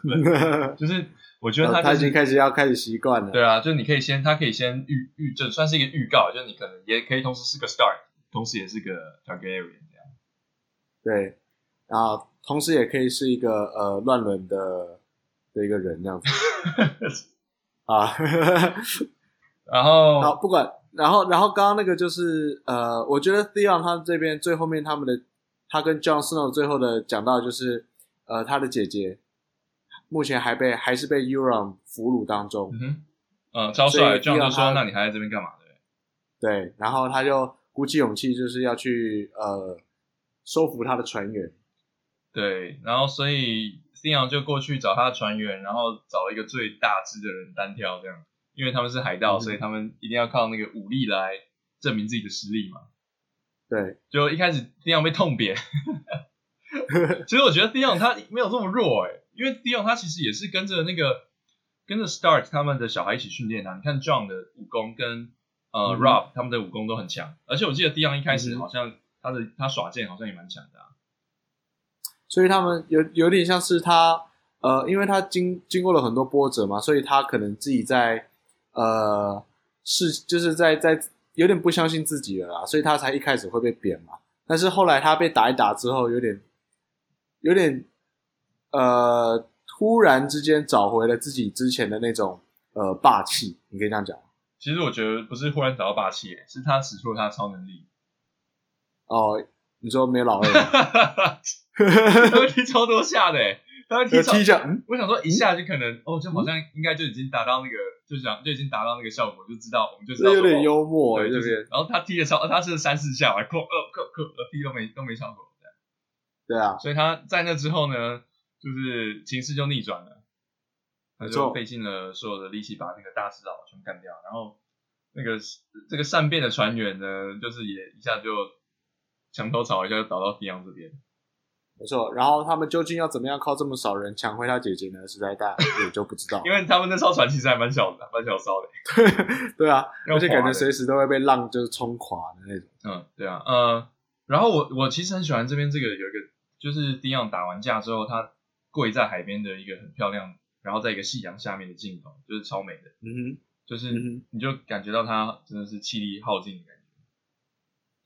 Speaker 2: 份，就是我觉得他、
Speaker 1: 呃
Speaker 2: 就是、
Speaker 1: 他已经开始要开始习惯了。
Speaker 2: 对啊，就是你可以先，他可以先预预，这算是一个预告，就是你可能也可以同时是个 Star，同时也是个 Targaryen 这样。
Speaker 1: 对，然后同时也可以是一个呃乱伦的的一个人这 样子啊。
Speaker 2: 然后
Speaker 1: 好，不管，然后然后刚刚那个就是呃，我觉得 Theon 他这边最后面他们的他跟 Jon Snow 最后的讲到就是呃他的姐姐目前还被还是被 Euron 俘虏当中，
Speaker 2: 嗯哼，呃，超
Speaker 1: 所以
Speaker 2: 帅，这样
Speaker 1: 让
Speaker 2: 就说，
Speaker 1: 他
Speaker 2: 那你还在这边干嘛？对不对？
Speaker 1: 对，然后他就鼓起勇气就是要去呃收服他的船员，
Speaker 2: 对，然后所以 Theon 就过去找他的船员，然后找了一个最大只的人单挑这样，因为他们是海盗，
Speaker 1: 嗯
Speaker 2: 所以他们一定要靠那个武力来证明自己的实力嘛。
Speaker 1: 对，
Speaker 2: 就一开始 Dion 被 痛扁，其实我觉得 Dion 他没有这么弱哎、因为 Dion 他其实也是跟着那个跟着 Stark 他们的小孩一起训练啊。你看 John 的武功跟呃、
Speaker 1: 嗯
Speaker 2: Rob 他们的武功都很强，而且我记得 Dion 一开始
Speaker 1: 嗯哼
Speaker 2: 好像他的他耍剑好像也蛮强的、啊，
Speaker 1: 所以他们有有点像是他呃，因为他经经过了很多波折嘛，所以他可能自己在呃是就是在在有点不相信自己了啦，所以他才一开始会被贬嘛。但是后来他被打一打之后，有点有点呃，突然之间找回了自己之前的那种呃霸气，你可以这样讲
Speaker 2: 其实我觉得不是忽然找到霸气欸、是他使出了他的超 能力，，
Speaker 1: 哦。你说没有老二吗
Speaker 2: 他会踢超多下的、欸，他会踢
Speaker 1: 呃
Speaker 2: 超
Speaker 1: 踢一下，嗯，
Speaker 2: 我想说一下就可能哦，就好像应该就已经达到那个，就想就已经达到那个效果，就知道我们就知道
Speaker 1: 这有点
Speaker 2: 说哦
Speaker 1: 幽默、欸，
Speaker 2: 对，
Speaker 1: 这
Speaker 2: 就
Speaker 1: 边
Speaker 2: 是。然后他踢的超，他是三四下，扣呃扣扣呃踢都没都没效果，这样
Speaker 1: 对啊，
Speaker 2: 所以他在那之后呢，就是情势就逆转了，他
Speaker 1: 没
Speaker 2: 就
Speaker 1: 错
Speaker 2: 费尽了所有的力气把那个大只佬全干掉，然后那个这个善变的船员呢，就是也一下就墙头草一下就倒到迪昂这边，
Speaker 1: 没错，然后他们究竟要怎么样靠这么少人抢回他姐姐呢？实在大家也就不知道
Speaker 2: 因。为他们那艘船其实还蛮小的，蛮小艘的，
Speaker 1: 对啊，
Speaker 2: 要
Speaker 1: 而且感
Speaker 2: 滑
Speaker 1: 觉
Speaker 2: 的
Speaker 1: 随时都会被浪就是冲垮的那种。
Speaker 2: 嗯，对啊，呃，然后我我其实很喜欢这边这个有一个，就是迪昂打完架之后，他跪在海边的一个很漂亮，然后在一个夕阳下面的镜头，就是超美的，
Speaker 1: 嗯哼，
Speaker 2: 就是
Speaker 1: 嗯哼
Speaker 2: 你就感觉到他真的是气力耗尽的感觉。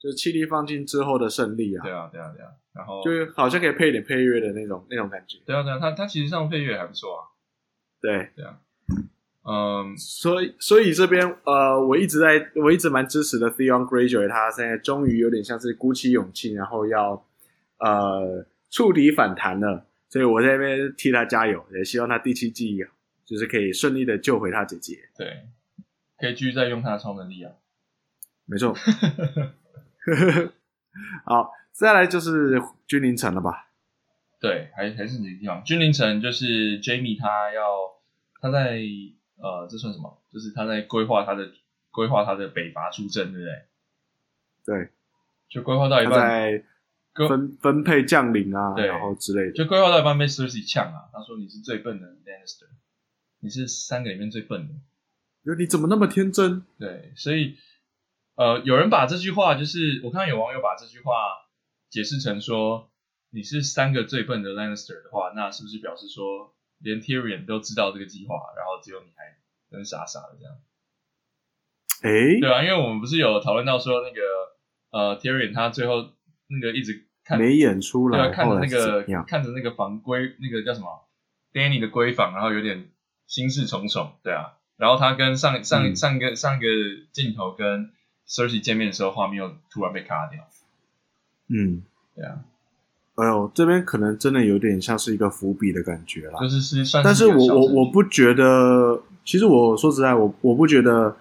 Speaker 1: 就是气力放尽之后的胜利啊，
Speaker 2: 对啊，对啊，对啊。然后
Speaker 1: 就是好像可以配一点配乐的那种那种感觉。
Speaker 2: 对啊，对啊，他他其实上配乐还不错啊。
Speaker 1: 对，
Speaker 2: 嗯，
Speaker 1: 所以所以这边呃，我一直在我一直蛮支持的 Theon Greyjoy，他现在终于有点像是鼓起勇气，然后要呃触底反弹了。所以我在那边替他加油，也希望他第七季啊就是可以顺利的救回他姐姐。
Speaker 2: 对，可以继续再用他的超能力啊。
Speaker 1: 没错。 好，再来就是君临城了吧？
Speaker 2: 对，还还是哪个地方？君临城就是 Jamie 他要他在呃，这算什么？就是他在规划他的规划他的北伐出征，对不对？
Speaker 1: 对，
Speaker 2: 就规划到一
Speaker 1: 他
Speaker 2: 半，
Speaker 1: 在
Speaker 2: 规
Speaker 1: 分分配将领啊，
Speaker 2: 对
Speaker 1: 然后之类的。
Speaker 2: 就规划到一半被 Cersei 呛啊，他说你是最笨的 Lannister，你是三个里面最笨的。
Speaker 1: 就你怎么那么天真？
Speaker 2: 对，所以呃，有人把这句话，就是我看到有网友把这句话解释成说，你是三个最笨的 Lannister 的话，那是不是表示说连 Tyrion 都知道这个计划，然后只有你还跟傻傻的这样？
Speaker 1: 哎、
Speaker 2: 对啊，因为我们不是有讨论到说那个呃 Tyrion 他最后那个一直看
Speaker 1: 没演出
Speaker 2: 对啊，
Speaker 1: 来，
Speaker 2: 看
Speaker 1: 后
Speaker 2: 着
Speaker 1: 来
Speaker 2: 那
Speaker 1: 是怎
Speaker 2: 个
Speaker 1: 么样？
Speaker 2: 看着那个房规那个叫什么 Danny 的闺房，然后有点心事重重，对啊，然后他跟上
Speaker 1: 嗯
Speaker 2: 上上个上个镜头跟 Cersei 见面的时候，画面又突然被卡掉。
Speaker 1: 嗯，
Speaker 2: 对啊，
Speaker 1: 哎呦，这边可能真的有点像是一个伏笔的感觉啦。
Speaker 2: 就是是算
Speaker 1: 但
Speaker 2: 是
Speaker 1: 是
Speaker 2: 一个
Speaker 1: 我
Speaker 2: 小
Speaker 1: 我
Speaker 2: 成
Speaker 1: 我
Speaker 2: 绩
Speaker 1: 不觉得，其实我说实在，我我不觉得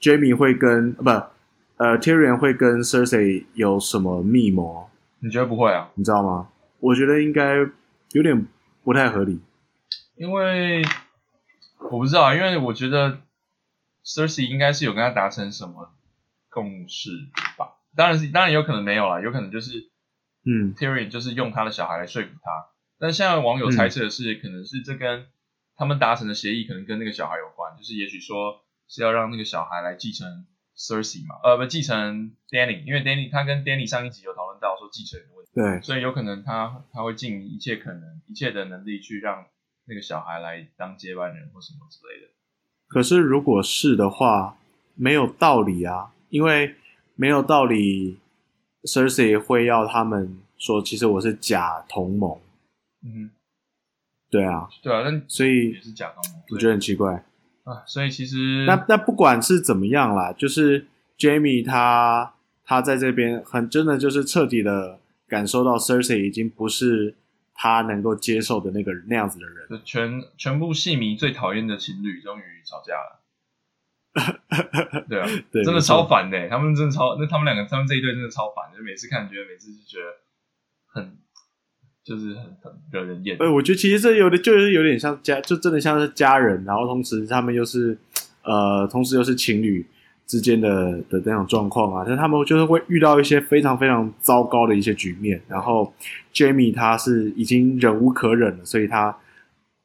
Speaker 1: Jamie 会跟不呃 Tyrion 会跟 Cersei 有什么密谋，
Speaker 2: 你觉得不会啊？
Speaker 1: 你知道吗？我觉得应该有点不太合理。
Speaker 2: 因为我不知道，啊因为我觉得 Cersei 应该是有跟他达成什么共识吧。当然是，当然有可能没有啦，有可能就是
Speaker 1: 嗯
Speaker 2: Tyrion 就是用他的小孩来说服他。但现在网友猜测的是，可能是这跟他们达成的协议，可能跟那个小孩有关，就是也许说是要让那个小孩来继承 Cersei 嘛，呃，不继承 Danny，因为 Danny 他跟 Danny 上一集有讨论到说继承的问题。
Speaker 1: 对，
Speaker 2: 所以有可能他他会尽一切可能、一切的能力去让那个小孩来当接班人或什么之类的。
Speaker 1: 可是如果是的话，没有道理啊，因为没有道理，Cersei 会要他们说，其实我是假同盟，
Speaker 2: 嗯
Speaker 1: 对啊，
Speaker 2: 哼，对啊，但
Speaker 1: 所以
Speaker 2: 也是假同盟，
Speaker 1: 我觉得很奇怪。
Speaker 2: 得啊，所以其实
Speaker 1: 那那不管是怎么样啦，就是 Jamie 他他在这边很真的就是彻底的感受到 Cersei 已经不是他能够接受的那个那样子的人。
Speaker 2: 就全全部戏迷最讨厌的情侣终于吵架 了。对啊，
Speaker 1: 对
Speaker 2: 真
Speaker 1: 没
Speaker 2: 的
Speaker 1: 错
Speaker 2: 超烦的、欸他们真的超，那他们两个，他们这一对真的超烦，就每次看觉得每次就觉得很，就是很很惹人厌。
Speaker 1: 哎，我觉得其实这有点就是有点像家，就真的像是家人，然后同时他们又是呃，同时又是情侣之间的的那种状况啊，但他们就是会遇到一些非常非常糟糕的一些局面。然后 Jamie 他是已经忍无可忍了，所以他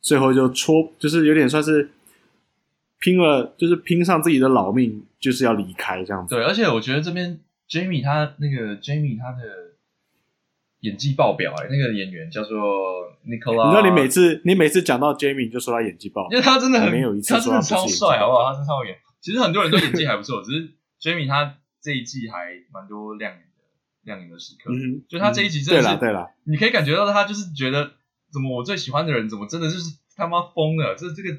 Speaker 1: 最后就戳，就是有点算是拼了，就是拼上自己的老命，就是要离开这样子。
Speaker 2: 对，而且我觉得这边 Jamie 他那个 Jamie 他的演技爆表哎、那个演员叫做 Nicola，
Speaker 1: 你知道，你每次你每次讲到 Jamie，你就说他演技爆
Speaker 2: 因，为他真的很，
Speaker 1: 没有一次
Speaker 2: 他真的
Speaker 1: 说他
Speaker 2: 超
Speaker 1: 不是
Speaker 2: 帅，好不好？他真的超演。其实很多人都演技还不错，只 是 Jamie 他这一季还蛮多亮眼的亮眼的时刻。
Speaker 1: 嗯哼，
Speaker 2: 就他这一集真
Speaker 1: 对
Speaker 2: 的是，
Speaker 1: 啦对啦，
Speaker 2: 你可以感觉到他就是觉得，怎么我最喜欢的人，怎么真的就是他妈疯了，这这个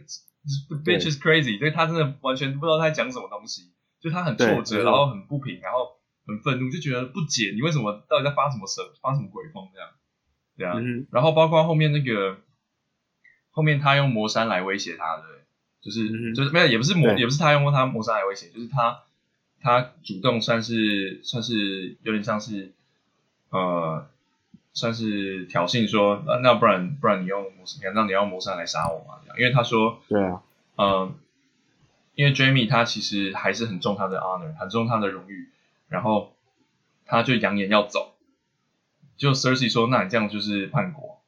Speaker 1: 对
Speaker 2: bitch is crazy，对他真的完全不知道他在讲什么东西，就他很挫
Speaker 1: 对没
Speaker 2: 折，
Speaker 1: 错
Speaker 2: 然后很不平，然后很愤怒，就觉得不解你为什么到底在发什么神，发什么鬼疯这样，对啊，
Speaker 1: 嗯哼，
Speaker 2: 然后包括后面那个，后面他用魔山来威胁他，对，就是、
Speaker 1: 嗯哼
Speaker 2: 就是没有，也不是魔，
Speaker 1: 对
Speaker 2: 也不是他用他魔山来威胁，就是他他主动算是算是有点像是呃，算是挑衅说，那、那不然不然你用魔山，那你要魔山来杀我嘛？这样，因为他说，
Speaker 1: 对啊，
Speaker 2: 嗯，因为 Jamie 他其实还是很重他的 honor，很重他的荣誉，然后他就扬言要走，就 Cersei 说：“那你这样就是叛国。”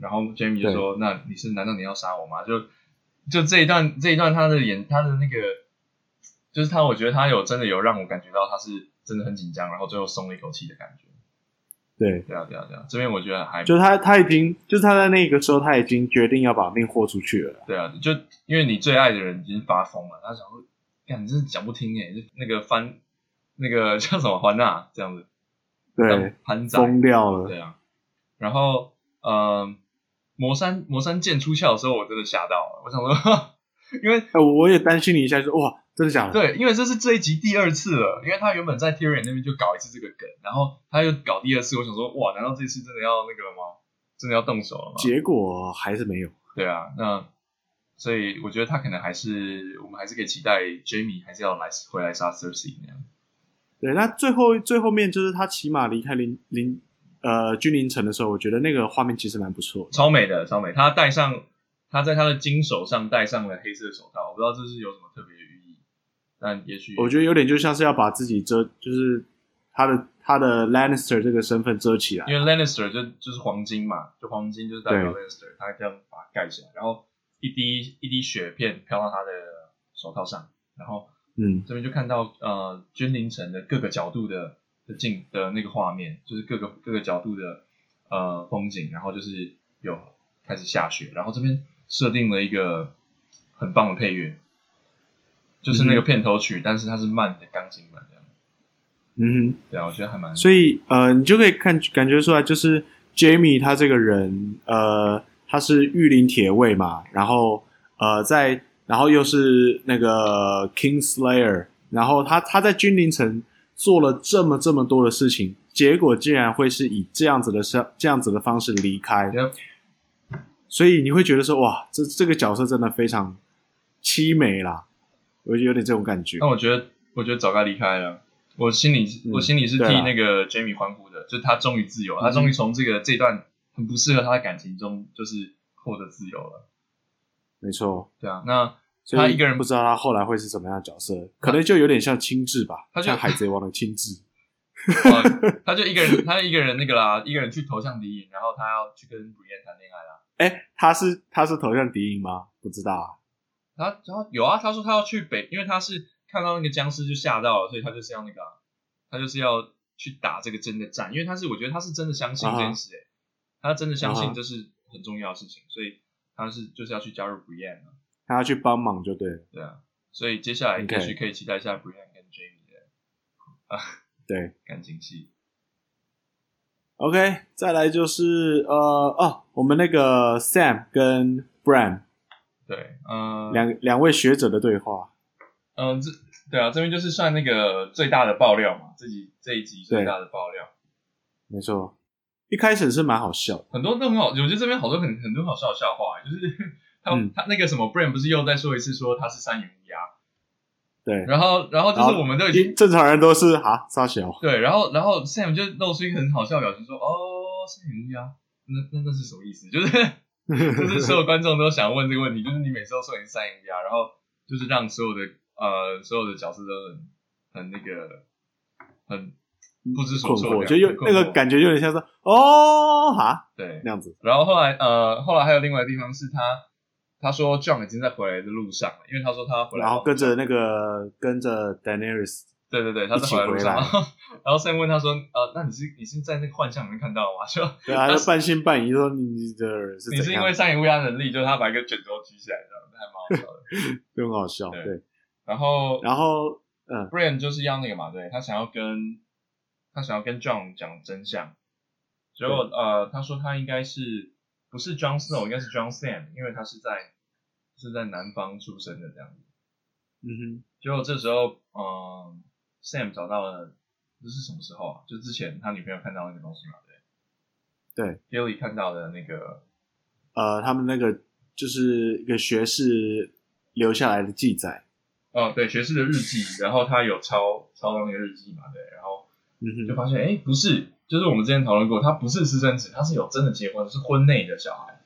Speaker 2: 然后 Jamie 就说：“那你是难道你要杀我吗？”就就这一段这一段他的演他的那个，就是他我觉得他有真的有让我感觉到他是真的很紧张，然后最后松了一口气的感觉。
Speaker 1: 对。
Speaker 2: 对啊对啊对啊，这边我觉得还
Speaker 1: 就他他已经，就是他在那个时候他已经决定要把命豁出去了。
Speaker 2: 对啊，就因为你最爱的人已经发疯了，他想说，干，你真是讲不听哎，就那个翻，那个叫什么环娜这样子，
Speaker 1: 对，，
Speaker 2: 潘仔，
Speaker 1: 疯掉了。
Speaker 2: 对啊，然后嗯，魔山魔山剑出鞘的时候，我真的吓到了，我想说， 因为
Speaker 1: 哎、我也担心你一下，就哇，真的假的？
Speaker 2: 对，因为这是这一集第二次了，因为他原本在 Tyrion 那边就搞一次这个梗，然后他又搞第二次，我想说，哇，难道这次真的要那个了吗？真的要动手了吗？
Speaker 1: 结果还是没有。
Speaker 2: 对啊，那所以我觉得他可能还是我们还是可以期待 Jamie 还是要来回来杀 Cersei 那样。
Speaker 1: 对，那最后最后面就是他骑马离开林林呃君临城的时候，我觉得那个画面其实蛮不错的。
Speaker 2: 超美的，超美。他戴上他在他的金手上戴上了黑色手套，我不知道这是有什么特别的寓意，但也许
Speaker 1: 我觉得有点就像是要把自己遮，就是他的他的 Lannister 这个身份遮起来。
Speaker 2: 因为 Lannister 就就是黄金嘛，就黄金就是代表 Lannister，他这样把它盖起来，然后一滴一滴雪片飘到他的手套上，然后
Speaker 1: 嗯，
Speaker 2: 这边就看到呃君临城的各个角度的的镜的那个画面，就是各个各个角度的呃风景，然后就是有开始下雪，然后这边设定了一个很棒的配乐，就是那个
Speaker 1: 嗯
Speaker 2: 片头曲，但是它是慢的钢琴版这样，
Speaker 1: 嗯哼。
Speaker 2: 对啊，我觉得还蛮
Speaker 1: 所以呃，你就可以看感觉出来，就是 Jamie 他这个人，呃，他是御林铁卫嘛，然后呃，在然后又是那个 Kingslayer，然后他他在君临城做了这么这么多的事情，结果竟然会是以这样子的这这样子的方式离开，
Speaker 2: Yep
Speaker 1: 所以你会觉得说哇，这这个角色真的非常凄美啦，我就有点这种感觉
Speaker 2: 但。我觉得，我觉得早该离开了。我心里，
Speaker 1: 嗯
Speaker 2: 我心里是替
Speaker 1: 对啊嗯
Speaker 2: 那个 Jamie 欢呼的，就他终于自由了，他终于从这个这段很不适合他的感情中，就是获得自由了。
Speaker 1: 没错，
Speaker 2: 对啊，那
Speaker 1: 所以
Speaker 2: 他一个人
Speaker 1: 不知道他后来会是什么样的角色，可能就有点像青雉吧，
Speaker 2: 他就
Speaker 1: 像海贼王的青 雉。
Speaker 2: 哇哦他就一个人，他就一个人那个啦，一个人去投向敌营，然后他要去跟 Brienne 谈恋爱啦。
Speaker 1: 哎，他是他是头像敌营吗？不知道啊。
Speaker 2: 他他有啊，他说他要去北，因为他是看到那个僵尸就吓到了，所以他就是要那个啊、他就是要去打这个真的战，因为他是我觉得他是真的相信这件事、欸，他真的相
Speaker 1: 啊哈
Speaker 2: 信这是很重要的事情，所以他是就是要去加入 Brienne 嘛，
Speaker 1: 他要去帮忙就对了。
Speaker 2: 对啊，所以接下来
Speaker 1: OK
Speaker 2: 也许可以期待一下 Brienne 跟 Jamie 的
Speaker 1: 对
Speaker 2: 感情戏，
Speaker 1: ，OK，再来就是呃哦，我们那个 Sam 跟 Bran
Speaker 2: 对，嗯、
Speaker 1: 两两位学者的对话，
Speaker 2: 嗯、这对啊，这边就是算那个最大的爆料嘛，这集这一集最
Speaker 1: 对
Speaker 2: 大的爆料，
Speaker 1: 没错，一开始是蛮好笑的。
Speaker 2: 很多都很好，我觉得这边好多很很多好笑的笑话，欸就是 他、
Speaker 1: 嗯
Speaker 2: 他那个什么 Brain 不是又再说一次说他是三眼乌鸦，
Speaker 1: 对，
Speaker 2: 然后然后就是我们都已
Speaker 1: 一
Speaker 2: 经
Speaker 1: 正常人都是哈沙小，
Speaker 2: 对，然后然后 Sam 就露出一个很好笑的表情说哦三眼乌鸦，那那那是什么意思？就是就是所有观众都想问这个问题，就是你每次都说你是三眼乌鸦，然后就是让所有的呃所有的角色都很很那个很不知
Speaker 1: 困
Speaker 2: 所措
Speaker 1: 惑，
Speaker 2: 的，
Speaker 1: 就有
Speaker 2: 很困
Speaker 1: 那个
Speaker 2: 惑
Speaker 1: 感觉有点像说哦哈
Speaker 2: 对
Speaker 1: 那样子。
Speaker 2: 然后后来呃，后来还有另外一个地方是他他说 John 已经在回来的路上了，因为他说他回来，哦
Speaker 1: 然后跟着那个跟着 Daenerys，
Speaker 2: 对对对，他在回来的路上。
Speaker 1: 一
Speaker 2: 然
Speaker 1: 起回
Speaker 2: 后 然后 Sam 问他说呃，那你是你是在那个幻象里面看到的吗？ 就
Speaker 1: 对啊，就半信半疑说你的是
Speaker 2: 你
Speaker 1: 怎
Speaker 2: 是因
Speaker 1: 样
Speaker 2: 为，上眼乌鸦的能力，就是他把一个卷轴举起来，这样还蛮好 笑的。
Speaker 1: 就很好笑。
Speaker 2: 对
Speaker 1: 对，
Speaker 2: 然后
Speaker 1: 然后
Speaker 2: Brian 就是要那个嘛，对他想要跟他想要跟 John 讲真相，结果呃，他说他应该是不是 John Snow，应该是 John Sam，因为他是在是在南方出生的这样子。
Speaker 1: 嗯
Speaker 2: 结果这时候，嗯、s a m 找到了，这是什么时候啊？就之前他女朋友看到那个东西嘛，对不对？对，Gilly 看到的那个，
Speaker 1: 哼，呃，他们那个就是一个学士留下来的记载。
Speaker 2: 哦，对，学士的日记，然后他有抄抄到那个日记嘛，对，然后
Speaker 1: 嗯
Speaker 2: 就
Speaker 1: 哼，
Speaker 2: 发现，哎，不是，就是我们之前讨论过，他不是私生子，他是有真的结婚，是婚内的小孩，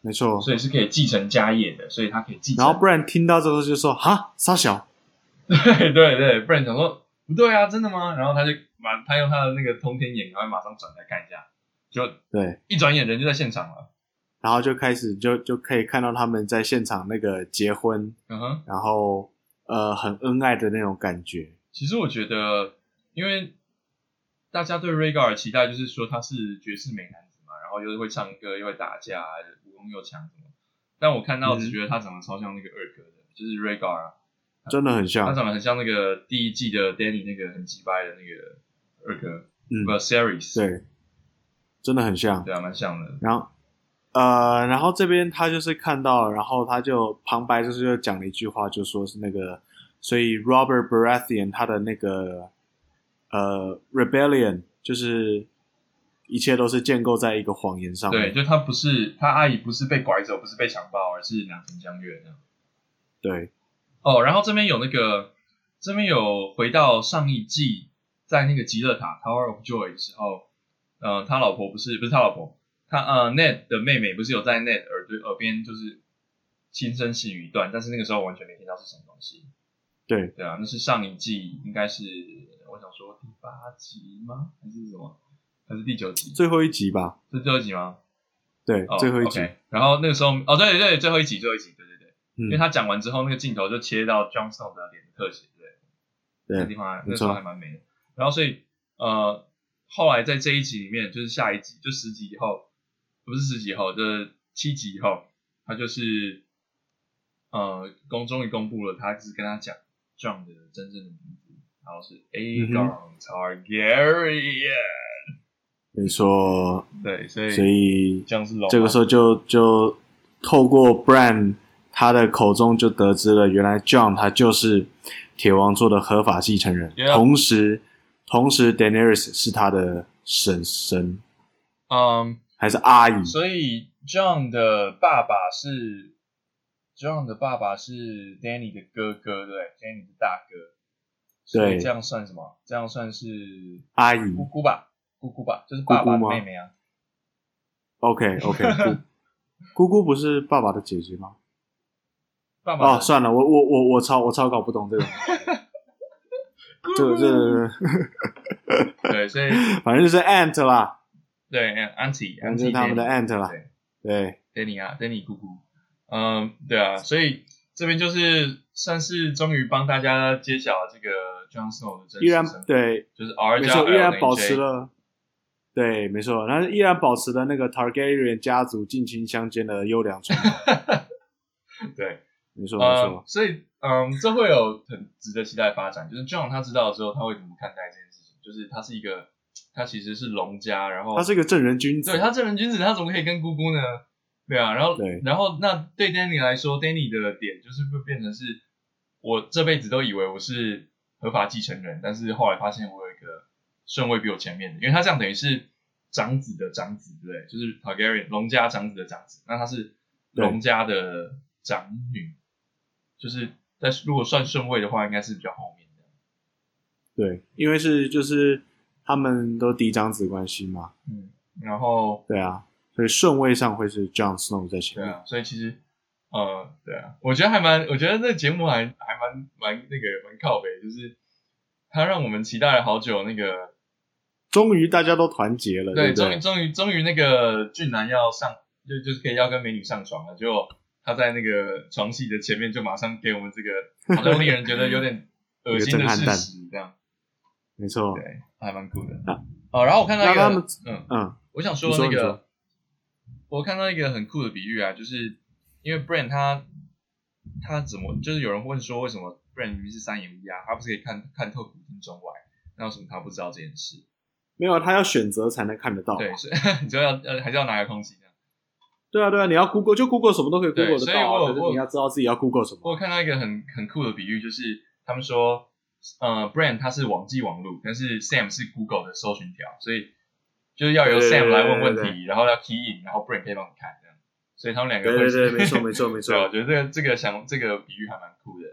Speaker 1: 没错。
Speaker 2: 所以是可以继承家业的，所以他可以继承。
Speaker 1: 然后不然听到之后就说哈沙小，
Speaker 2: 对对对，不然想说不对啊，真的吗？然后他就马，他用他的那个通天眼，赶快马上转来看一下，就
Speaker 1: 对，
Speaker 2: 一转眼人就在现场了，
Speaker 1: 然后就开始就就可以看到他们在现场那个结婚，
Speaker 2: 嗯哼。
Speaker 1: 然后呃很恩爱的那种感觉。
Speaker 2: 其实我觉得，因为大家对 Rhaegar 的期待就是说他是绝世美男子嘛，然后又会唱歌，又会打架，武功又强什么。但我看到
Speaker 1: 嗯
Speaker 2: 只觉得他长得超像那个二哥的，就是 Rhaegar，啊
Speaker 1: 真的很
Speaker 2: 他
Speaker 1: 像，
Speaker 2: 长得很像那个第一季的 Danny 那个很鸡掰的那个二哥，
Speaker 1: 嗯
Speaker 2: 不 s e r i e s，
Speaker 1: 对，真的很像。
Speaker 2: 对啊，蛮像的。
Speaker 1: 然后呃，然后这边他就是看到，然后他就旁白就是又讲了一句话，就说是那个，所以 Robert Baratheon 他的那个呃 rebellion 就是一切都是建构在一个谎言上
Speaker 2: 对，
Speaker 1: 面。
Speaker 2: 就他不是他阿姨不是被拐走，不是被强暴，而是两情相悦这样。
Speaker 1: 对
Speaker 2: 哦，然后这边有那个，这边有回到上一季，在那个极乐塔 Tower of Joy 的时候，呃，他老婆不是不是他老婆，他呃 Ned 的妹妹不是有在 Ned 耳朵耳边就是轻声细语一段，但是那个时候完全没听到是什么东西。
Speaker 1: 对，
Speaker 2: 对啊，那是上一季，应该是我想说第八集吗？还是什么？还是第九集？
Speaker 1: 最后一集吧，
Speaker 2: 是最后一集吗？
Speaker 1: 对，
Speaker 2: 哦
Speaker 1: 最后一集
Speaker 2: o k 然后那个时候，哦，对对对，最后一集，最后一集，对对对，
Speaker 1: 嗯
Speaker 2: 因为他讲完之后，那个镜头就切到 Jon Snow 的脸的特写，对不对？那个地
Speaker 1: 对，
Speaker 2: 方还
Speaker 1: 没
Speaker 2: 那
Speaker 1: 错
Speaker 2: 时候还蛮美的。然后所以呃，后来在这一集里面，就是下一集，就十集以后，不是十集以后，就是七集以后，他就是呃公终于公布了，他就是跟他讲 John 的真正的名字，然后是
Speaker 1: 嗯
Speaker 2: Aegon Targaryen，、
Speaker 1: 没错，
Speaker 2: 对，所以
Speaker 1: 所以
Speaker 2: John 是龙嘛，
Speaker 1: 这个时候就就透过 Bran 他的口中就得知了，原来 John 他就是铁王座的合法继承人
Speaker 2: Yeah
Speaker 1: 同时同时 Daenerys 是他的婶婶
Speaker 2: 嗯，
Speaker 1: 还是阿姨？
Speaker 2: 所以 John 的爸爸是 John 的爸爸是 Danny 的哥哥，对不对，Danny 的大哥。所以
Speaker 1: 对
Speaker 2: 这样算什么？这样算是
Speaker 1: 阿姨
Speaker 2: 姑姑吧，姑姑吧，就是爸爸
Speaker 1: 姑
Speaker 2: 的
Speaker 1: 姑吗
Speaker 2: 妹妹啊。
Speaker 1: OK OK，姑姑 姑不是爸爸的姐姐吗？
Speaker 2: 爸爸
Speaker 1: 哦，
Speaker 2: 的
Speaker 1: 算了，我我我我超我超搞不懂这 个，这个这个
Speaker 2: 对，所以
Speaker 1: 这个反正就是 aunt 啦，
Speaker 2: 对 auntie
Speaker 1: 反正就是
Speaker 2: auntie
Speaker 1: 他们的
Speaker 2: Danny
Speaker 1: aunt 啦
Speaker 2: 对。
Speaker 1: 对，
Speaker 2: Danny 啊，Danny 姑姑，嗯，对啊，所以这边就是算是终于帮大家揭晓这个 Jon Snow 的真
Speaker 1: 依然
Speaker 2: 实身份，
Speaker 1: 对，
Speaker 2: 就是 R
Speaker 1: 没
Speaker 2: 加 L
Speaker 1: 错，依然
Speaker 2: 等于
Speaker 1: 保
Speaker 2: J
Speaker 1: 持了，对，没错，但是依然保持了那个 Targaryen 家族近亲相间的优良传统，
Speaker 2: 对，
Speaker 1: 没错没
Speaker 2: 嗯
Speaker 1: 错，，
Speaker 2: 所以嗯，这会有很值得期待的发展，就是 John 他知道的时候，他会怎么看待这件事情？就是他是一个，他其实是龙家，然后
Speaker 1: 他是一个正人君子
Speaker 2: 对，他正人君子，他怎么可以跟姑姑呢？对啊，然后
Speaker 1: 对
Speaker 2: 然后那对 Danny 来说，Danny 的点就是会变成是，我这辈子都以为我是合法继承人，但是后来发现我有一个顺位比我前面的，因为他这样等于是长子的长子，对不对？就是 Targaryen 龙家长子的长子，那他是
Speaker 1: 对
Speaker 2: 龙家的长女，就是但是如果算顺位的话，应该是比较后面的。
Speaker 1: 对，因为是就是他们都嫡长子关系嘛，
Speaker 2: 然后
Speaker 1: 对啊，所以顺位上会是 Jon Snow 在前
Speaker 2: 对
Speaker 1: 面
Speaker 2: 啊，，所以其实，呃，对啊，我觉得还蛮，我觉得这节目还还蛮蛮那个蛮靠北，就是他让我们期待了好久，那个
Speaker 1: 终于大家都团结了，
Speaker 2: 对，
Speaker 1: 不
Speaker 2: 终于
Speaker 1: 对？
Speaker 2: 终于终于那个俊男要上，就就是可以要跟美女上床了，结果他在那个床戏的前面就马上给我们这个好像令人觉得有点恶心 的事实，这样
Speaker 1: 没错，
Speaker 2: 对，还蛮酷的。哦，然后我看到一
Speaker 1: 那他们
Speaker 2: 个，嗯，
Speaker 1: 嗯，
Speaker 2: 我想说
Speaker 1: 你说
Speaker 2: 那
Speaker 1: 你说
Speaker 2: 个，我看到一个很酷的比喻啊，就是因为 Brand 他他怎么就是有人问说为什么 Brand 明明是三眼乌鸦，他不是可以看看透古今中外，那为什么他不知道这件事？
Speaker 1: 没有，他要选择才能看得到嘛，
Speaker 2: 对，所以 你就要呃还是要拿遥控器这样。
Speaker 1: 对啊，对啊，你要 Google 就 Google 什么都可以
Speaker 2: 对
Speaker 1: Google 得
Speaker 2: 所以
Speaker 1: 到
Speaker 2: 我
Speaker 1: 啊，可是
Speaker 2: 我
Speaker 1: 你要知道自己要 Google 什么。
Speaker 2: 我有看到一个很很酷的比喻，就是他们说，呃，Brand 他是网际网路，但是 Sam 是 Google 的搜寻条，所以就是要由
Speaker 1: 对对
Speaker 2: Sam
Speaker 1: 对
Speaker 2: 来问问
Speaker 1: 对对
Speaker 2: 题，然后要 key in，然后 Brand 可以帮你看这样，所以他们两个
Speaker 1: 对
Speaker 2: 会
Speaker 1: 对
Speaker 2: 是
Speaker 1: 对，没 错没错没错
Speaker 2: 对，我觉得这个这个想这个比喻还蛮酷的。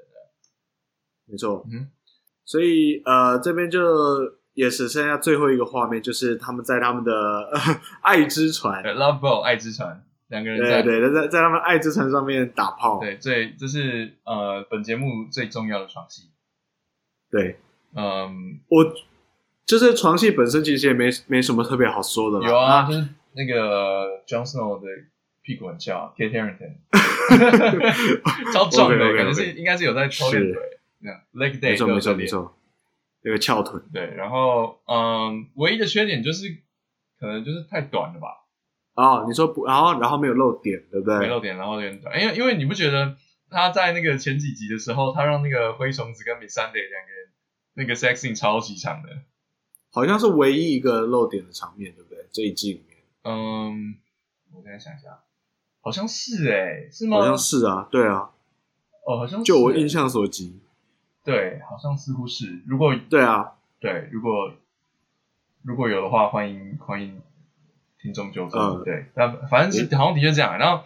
Speaker 1: 没错
Speaker 2: 嗯。
Speaker 1: 所以呃，这边就也只剩下最后一个画面，就是他们在他们的 爱之船，
Speaker 2: 呃，Love Boat 爱之船两个人在
Speaker 1: 对对，在在他们爱之船上面打炮，
Speaker 2: 对最这是呃本节目最重要的床戏。
Speaker 1: 对
Speaker 2: 嗯，
Speaker 1: 我就是床戏本身其实也没没什么特别好说的啦，
Speaker 2: 有啊，
Speaker 1: 那
Speaker 2: 就是那个 Jon Snow 的屁股很翘，Kate 啊 Harington 超壮的
Speaker 1: OK，OK，OK
Speaker 2: 感觉是应该是有在抽练
Speaker 1: 是
Speaker 2: 腿，那样 leg
Speaker 1: 没
Speaker 2: day
Speaker 1: 错
Speaker 2: 都有
Speaker 1: 没
Speaker 2: 在
Speaker 1: 错没
Speaker 2: 练。
Speaker 1: 错，那个翘臀，
Speaker 2: 对，然后嗯，唯一的缺点就是可能就是太短了吧。
Speaker 1: 哦，你说不，然后然后没有露点，对不
Speaker 2: 没
Speaker 1: 对？
Speaker 2: 露点，然后有点短，因为因为你不觉得他在那个前几集的时候，他让那个灰熊子跟 Miss Sunday 两个人那个 sex scene 超级长的，
Speaker 1: 好像是唯一一个露点的场面，对不对？这一季里面
Speaker 2: 嗯，我再想一下，好像是哎、是吗？
Speaker 1: 好像是啊，对啊，
Speaker 2: 哦，好像是
Speaker 1: 就我印象所及，
Speaker 2: 对，好像似乎是，如果
Speaker 1: 对啊，
Speaker 2: 对如果如果有的话，欢迎欢迎听众纠正，
Speaker 1: 嗯
Speaker 2: 对，那反正是好像的确这样，然后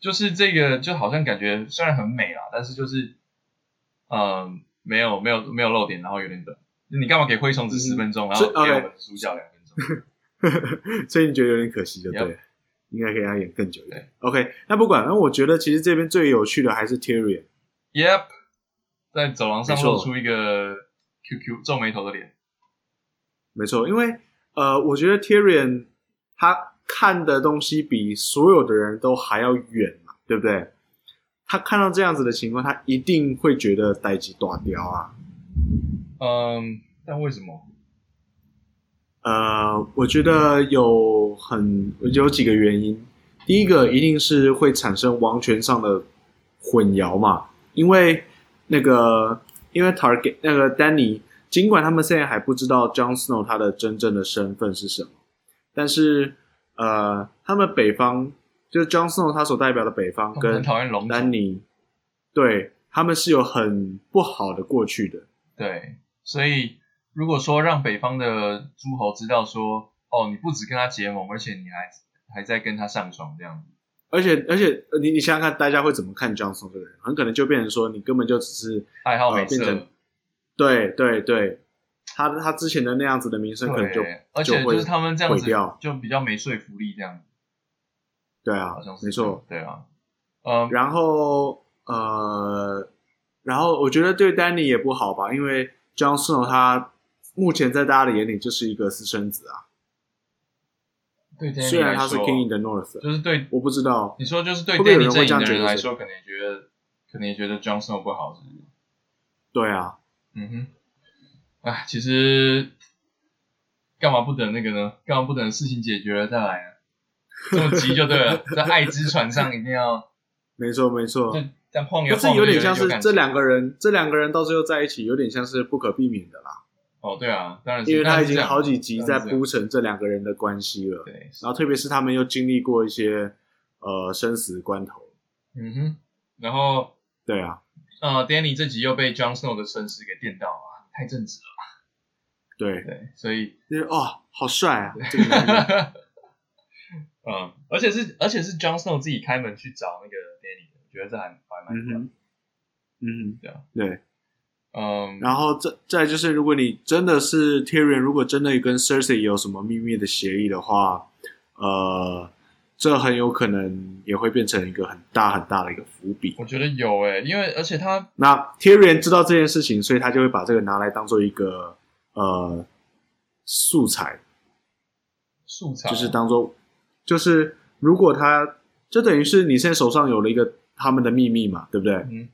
Speaker 2: 就是这个就好像感觉虽然很美啦，但是就是嗯，没有没有没有露点，然后有点短。你干嘛给灰熊子十分钟，然后
Speaker 1: 是
Speaker 2: 给我
Speaker 1: 嗯 OK
Speaker 2: 们主角两分钟？
Speaker 1: 所以你觉得有点可惜就对了
Speaker 2: Yep
Speaker 1: 应该可以让他演更久一点。OK，那不管，那我觉得其实这边最有趣的还是 Tyrion，
Speaker 2: yep，在走廊上
Speaker 1: 没错
Speaker 2: 露出一个 QQ 皱眉头的脸。
Speaker 1: 没错，因为呃，我觉得 Tyrion 他看的东西比所有的人都还要远嘛，对不对？他看到这样子的情况，他一定会觉得待机断掉啊。
Speaker 2: 嗯，但为什么？
Speaker 1: 呃，我觉得有很有几个原因。第一个一定是会产生王权上的混淆嘛，因为那个因为 Target 那个丹尼，尽管他们现在还不知道 Jon Snow 他的真正的身份是什么，但是呃，他们北方就是 Jon Snow 他所代表的北方
Speaker 2: 我
Speaker 1: 跟
Speaker 2: 很讨厌龙
Speaker 1: 丹
Speaker 2: 种，
Speaker 1: 尼，对他们是有很不好的过去的。
Speaker 2: 对，所以如果说让北方的诸侯知道说，哦，你不只跟他结盟，而且你还还在跟他上床这样子，
Speaker 1: 而且而且，呃你你想想看，大家会怎么看 Jon Snow 这个人？很可能就变成说，你根本就只是
Speaker 2: 爱好
Speaker 1: 呃
Speaker 2: 美
Speaker 1: 变成
Speaker 2: 色，
Speaker 1: 对对对，他他之前的那样子的名声可能就
Speaker 2: 对，而
Speaker 1: 就
Speaker 2: 且
Speaker 1: 会
Speaker 2: 就是他们这样
Speaker 1: 毁
Speaker 2: 子
Speaker 1: 掉
Speaker 2: 就比较没说服力这样子，
Speaker 1: 对啊
Speaker 2: 好像，是
Speaker 1: 没错，，
Speaker 2: 对啊，嗯，
Speaker 1: 然后呃，然后我觉得对丹尼也不好吧，因为 Jon Snow 他目前在大家的眼里就是一个私生子啊，
Speaker 2: 对，
Speaker 1: 虽然他是 King in
Speaker 2: 的，
Speaker 1: the North，
Speaker 2: 就是对
Speaker 1: 我不知道
Speaker 2: 你说就是对
Speaker 1: 会不会有人
Speaker 2: Danny 阵
Speaker 1: 会这
Speaker 2: 营
Speaker 1: 样
Speaker 2: 的
Speaker 1: 觉
Speaker 2: 人
Speaker 1: 得
Speaker 2: 来
Speaker 1: 是
Speaker 2: 说，可能也觉得可能也觉得 Jon Snow 不好，是不是？
Speaker 1: 对啊，
Speaker 2: 嗯哼，哎，其实干嘛不等那个呢？干嘛不等事情解决了再来啊？这么急就对 了，在爱之船上一定要
Speaker 1: 没错没错，
Speaker 2: 就但晃悠
Speaker 1: 但
Speaker 2: 晃
Speaker 1: 哦是
Speaker 2: 悠
Speaker 1: 有点像
Speaker 2: 有
Speaker 1: 是
Speaker 2: 感
Speaker 1: 这
Speaker 2: 情
Speaker 1: 两个人，这两个人到最后在一起，有点像是不可避免的啦，
Speaker 2: 哦，对啊，当然是
Speaker 1: 因为
Speaker 2: 当
Speaker 1: 他
Speaker 2: 然
Speaker 1: 已
Speaker 2: 是这
Speaker 1: 经
Speaker 2: 样
Speaker 1: 好几集在
Speaker 2: 当然是这样
Speaker 1: 铺陈这两个人的关系了，
Speaker 2: 对，
Speaker 1: 然后特别是他们又经历过一些呃生死关头，
Speaker 2: 嗯哼，然后
Speaker 1: 对啊，
Speaker 2: 呃，Danny 这集又被 Jon Snow 的绅士给电到啊，太正直了，
Speaker 1: 对，
Speaker 2: 对，所以
Speaker 1: 就是哦，好帅啊，这个男人。
Speaker 2: 嗯，而且是而且是 Jon Snow 自己开门去找那个 Danny 的，我觉得这还还
Speaker 1: 嗯
Speaker 2: 蛮蛮
Speaker 1: 哼，嗯哼，
Speaker 2: 对啊
Speaker 1: 对。
Speaker 2: 嗯，
Speaker 1: 然后再再就是，如果你真的是 Tyrion，如果真的跟 Cersei 有什么秘密的协议的话，呃，这很有可能也会变成一个很大很大的一个伏笔。
Speaker 2: 我觉得有诶、因为而且他
Speaker 1: 那 Tyrion 知道这件事情，所以他就会把这个拿来当做一个呃素材，
Speaker 2: 素材
Speaker 1: 就是当做就是如果他就等于是你现在手上有了一个他们的秘密嘛，对不对？
Speaker 2: 嗯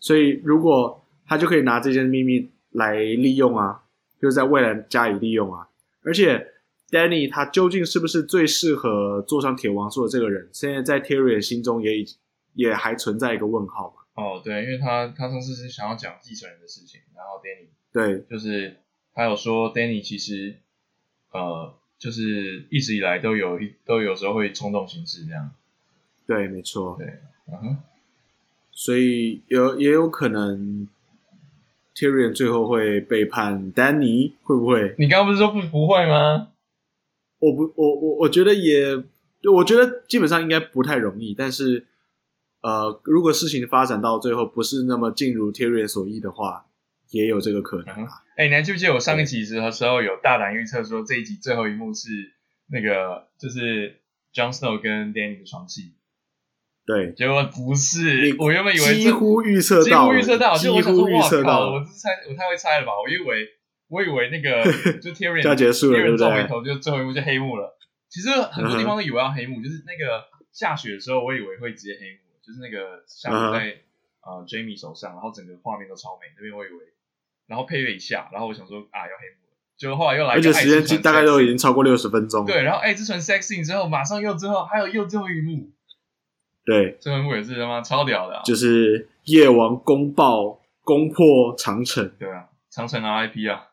Speaker 1: 所以如果他就可以拿这件秘密来利用啊，就是在未来加以利用啊。而且 Danny 他究竟是不是最适合坐上铁王座的这个人，现在在 Tyrion 心中也已也还存在一个问号嘛？
Speaker 2: 哦对，因为他他上次是想要讲继承人的事情，然后 Danny
Speaker 1: 对
Speaker 2: 就是他有说 Danny 其实呃就是一直以来都有一都有时候会冲动行事这样，
Speaker 1: 对，没错。
Speaker 2: 对嗯哼，
Speaker 1: 所以有也有可能 Tyrion 最后会背叛 Danny，会不会？
Speaker 2: 你刚刚不是说不不会吗？
Speaker 1: 我不，我我我觉得也，我觉得基本上应该不太容易。但是，呃，如果事情发展到最后不是那么尽如 Tyrion 所意的话，也有这个可能啊。
Speaker 2: 哎、你还记不记得我上一集时的时候有大胆预测说这一集最后一幕是那个就是 Jon Snow 跟 Danny 的床戏，
Speaker 1: 对，
Speaker 2: 结果不是
Speaker 1: 你，
Speaker 2: 我原本以为
Speaker 1: 几
Speaker 2: 这
Speaker 1: 乎预测
Speaker 2: 几
Speaker 1: 到
Speaker 2: 乎
Speaker 1: 了，
Speaker 2: 预测到，
Speaker 1: 几
Speaker 2: 就我想说，
Speaker 1: 乎预测
Speaker 2: 哇靠，
Speaker 1: 到
Speaker 2: 我
Speaker 1: 了。
Speaker 2: 这猜我太会猜了吧？我以为我以为 那个就 Tyrion
Speaker 1: 就要结束了
Speaker 2: Tyrion
Speaker 1: 对不对嗯
Speaker 2: 皱眉头就最后一幕就黑幕了。其实很多地方都以为要黑幕，就是那个下雪的时候，我以为会直接黑幕，就是那个下
Speaker 1: 嗯哼
Speaker 2: 雪在、呃 Jamie 手上，然后整个画面都超美，那边我以为，然后配乐一下，然后我想说啊要黑幕了，结果后来又来
Speaker 1: 而
Speaker 2: 一个
Speaker 1: 且
Speaker 2: 爱
Speaker 1: 时
Speaker 2: 之
Speaker 1: 间
Speaker 2: 船
Speaker 1: 大概
Speaker 2: sex
Speaker 1: 都已经超过六十分钟了。
Speaker 2: 对，然后爱之船 sexing 之后，马上又之后还有又最后一幕，
Speaker 1: 对，
Speaker 2: 最后一幕也是他妈超屌的、啊，
Speaker 1: 就是夜王公报攻破长城，
Speaker 2: 对啊，长城 RIP 啊，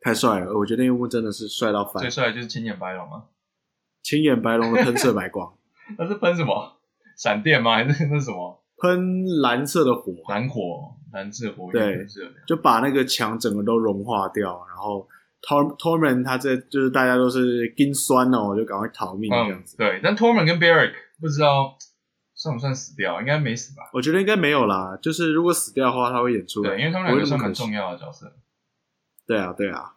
Speaker 1: 太帅了！我觉得那一幕真的是帅到
Speaker 2: 最
Speaker 1: 翻，
Speaker 2: 帅的就是青眼白龙啊。
Speaker 1: 青眼白龙的喷射白光，
Speaker 2: 那是喷什么？闪电吗？还是那是什么
Speaker 1: 喷蓝色的火，
Speaker 2: 蓝火、蓝色火焰？
Speaker 1: 对
Speaker 2: 是
Speaker 1: 就把那个墙整个都融化掉，然后 Tor Torment 他这就是大家都是筋酸哦，就赶快逃命这样
Speaker 2: 嗯
Speaker 1: 子。，
Speaker 2: 对。但 Torment 跟 Barrick 不知道算不算死掉，应该没死吧？
Speaker 1: 我觉得应该没有啦，就是如果死掉的话，他会演出来，
Speaker 2: 对，因为他们
Speaker 1: 不
Speaker 2: 两
Speaker 1: 会
Speaker 2: 个
Speaker 1: 那
Speaker 2: 算
Speaker 1: 么
Speaker 2: 蛮
Speaker 1: 可惜
Speaker 2: 重要的角色。
Speaker 1: 对啊，对啊。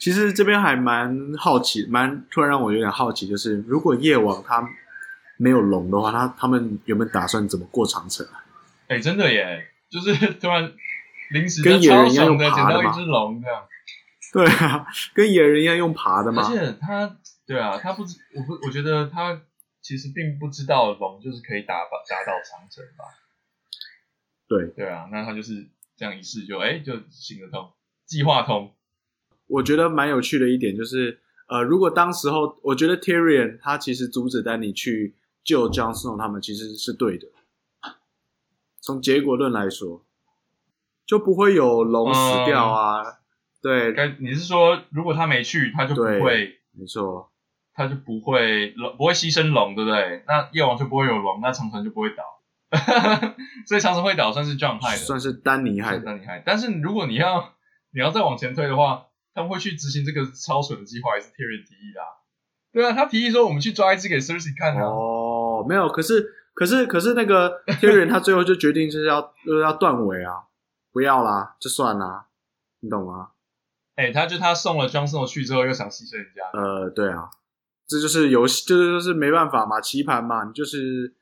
Speaker 1: 其实这边还蛮好奇，蛮突然让我有点好奇，就是如果夜王他没有龙的话，他他们有没有打算怎么过长城啊？
Speaker 2: 哎，真的耶，就是突然临时
Speaker 1: 跟
Speaker 2: 就
Speaker 1: 野
Speaker 2: 超
Speaker 1: 人一样
Speaker 2: 爽的
Speaker 1: 用
Speaker 2: 捡
Speaker 1: 爬的
Speaker 2: 到一
Speaker 1: 嘛
Speaker 2: 只龙这样，
Speaker 1: 对啊，跟野人一样用爬的
Speaker 2: 而
Speaker 1: 吗？
Speaker 2: 且他，对啊，他不知，我不，我觉得他其实并不知道龙就是可以打打倒长城吧？
Speaker 1: 对，
Speaker 2: 对啊，那他就是这样一试就哎就行得通，计划通，
Speaker 1: 我觉得蛮有趣的一点就是，呃，如果当时候，我觉得 Tyrion 他其实阻止丹尼去救 Jon Snow 他们其实是对的，从结果论来说，就不会有龙死
Speaker 2: 哦
Speaker 1: 掉啊。对，
Speaker 2: 该你是说，如果他没去，他就不
Speaker 1: 对
Speaker 2: 会
Speaker 1: 没错，
Speaker 2: 他就不会龙不会牺牲龙，对不对？那夜王就不会有龙，那长城就不会倒， 所以长城会倒算是 John 害的，
Speaker 1: 算是丹尼害
Speaker 2: 算是
Speaker 1: 的。
Speaker 2: 很厉害。但是如果你要你要再往前推的话，他们会去执行这个超蠢的计划，也是 Tyrion 提议的、啊。对啊，他提议说我们去抓一只给 Cersei 看啊。
Speaker 1: 哦，没有，可是可是可是那 个天人他最后就决定就是要就是要断尾啊，不要啦，就算啦，你懂吗？
Speaker 2: 哎、他就他送了 Jon Snow 去之后，又想牺牲人家。
Speaker 1: 呃，对啊，这就是游戏，这就是没办法嘛，棋盘嘛，你就是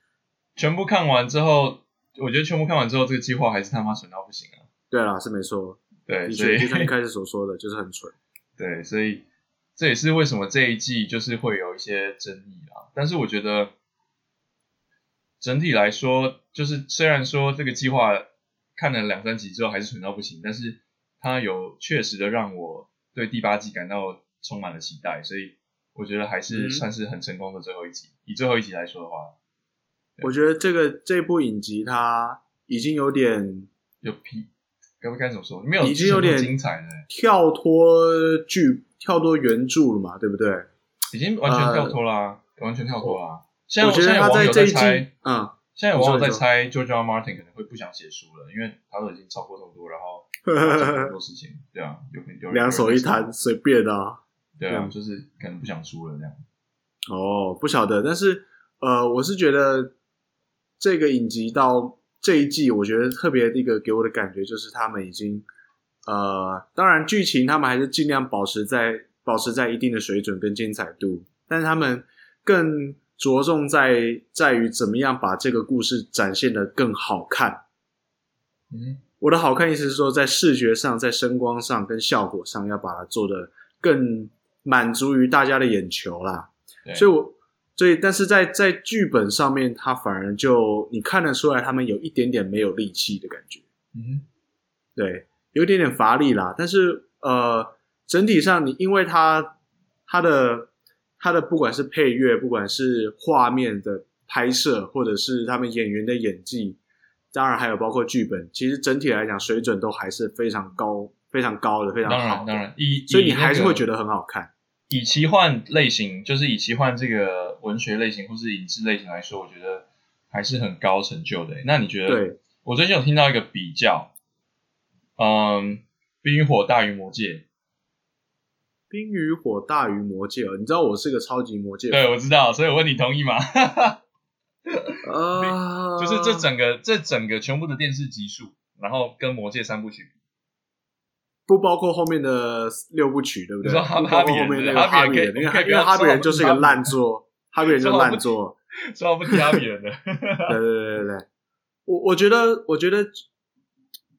Speaker 2: 全部看完之后，我觉得全部看完之后，这个计划还是他妈蠢到不行啊。
Speaker 1: 对啦，是没错，
Speaker 2: 对，
Speaker 1: 的
Speaker 2: 所以
Speaker 1: 确就像一开始所说的，就是很蠢。
Speaker 2: 对，所以这也是为什么这一季就是会有一些争议啊。但是我觉得整体来说，就是虽然说这个计划看了两三集之后还是蠢到不行，但是它有确实的让我对第八季感到充满了期待，所以我觉得还是
Speaker 1: 嗯
Speaker 2: 算是很成功的最后一集。以最后一集来说的话，
Speaker 1: 我觉得这个这部影集它已经有点
Speaker 2: 就皮该不该怎么说？没有
Speaker 1: 已经有点
Speaker 2: 之前那么精彩了，
Speaker 1: 跳脱剧、跳脱原著了嘛，对不对？
Speaker 2: 已经完全跳脱啦、完全跳脱啦。现在
Speaker 1: 呃我觉得
Speaker 2: 现在
Speaker 1: 他
Speaker 2: 有网友
Speaker 1: 这一
Speaker 2: 猜
Speaker 1: 季，嗯，
Speaker 2: 现在有网友在
Speaker 1: 你说
Speaker 2: 猜 j o j o Martin 可能会不想写书了，因为他都已经超过这么多，然后发生了很多事情，对啊，有很有
Speaker 1: 两手一摊，，随便啊。
Speaker 2: 有人对啊，
Speaker 1: 嗯
Speaker 2: 就是可能不想输了这样。
Speaker 1: 哦，不晓得，但是呃，我是觉得这个影集到这一季，我觉得特别的一个给我的感觉就是他们已经呃，当然剧情他们还是尽量保持在保持在一定的水准跟精彩度，但是他们更着重在在于怎么样把这个故事展现的更好看。
Speaker 2: 嗯，
Speaker 1: 我的好看意思是说，在视觉上、在声光上跟效果上，要把它做的更满足于大家的眼球啦。
Speaker 2: 对，
Speaker 1: 所以我所以但是在在剧本上面，他反而就你看得出来，他们有一点点没有力气的感觉，
Speaker 2: 嗯
Speaker 1: 对，有一点点乏力啦。但是呃，整体上你因为他他的他的不管是配乐，不管是画面的拍摄，或者是他们演员的演技，当然还有包括剧本，其实整体来讲水准都还是非常高、非常高的，非常
Speaker 2: 哼，当
Speaker 1: 好
Speaker 2: 然
Speaker 1: 的
Speaker 2: 当然，以
Speaker 1: 所以你
Speaker 2: 那个
Speaker 1: 还是会觉得很好看。
Speaker 2: 以奇幻类型，就是以奇幻这个文学类型或是影视类型来说，我觉得还是很高成就的欸。那你觉得？
Speaker 1: 对，
Speaker 2: 我最近有听到一个比较，嗯，《冰与火》大于《魔戒》。
Speaker 1: 冰与火大于魔戒哦，你知道我是个超级魔戒粉
Speaker 2: 对，我知道，所以我问你同意吗？
Speaker 1: 啊，
Speaker 2: 就是这整个这整个全部的电视集数，然后跟《魔戒》三部曲
Speaker 1: 不包括后面的六部曲，对不对？
Speaker 2: 你说哈
Speaker 1: 不包
Speaker 2: 哈比
Speaker 1: 括
Speaker 2: 人
Speaker 1: 后面那
Speaker 2: 对
Speaker 1: 个
Speaker 2: 哈
Speaker 1: 哈
Speaker 2: 比
Speaker 1: 比
Speaker 2: 人
Speaker 1: 人，
Speaker 2: 可以
Speaker 1: 因为因
Speaker 2: 我们可以不
Speaker 1: 为
Speaker 2: 要
Speaker 1: 哈比人就是一个烂
Speaker 2: 说
Speaker 1: 作，哈比人就是烂作，
Speaker 2: 比，说到不提阿比 人的，
Speaker 1: 对对对对对。我我觉得，我觉得，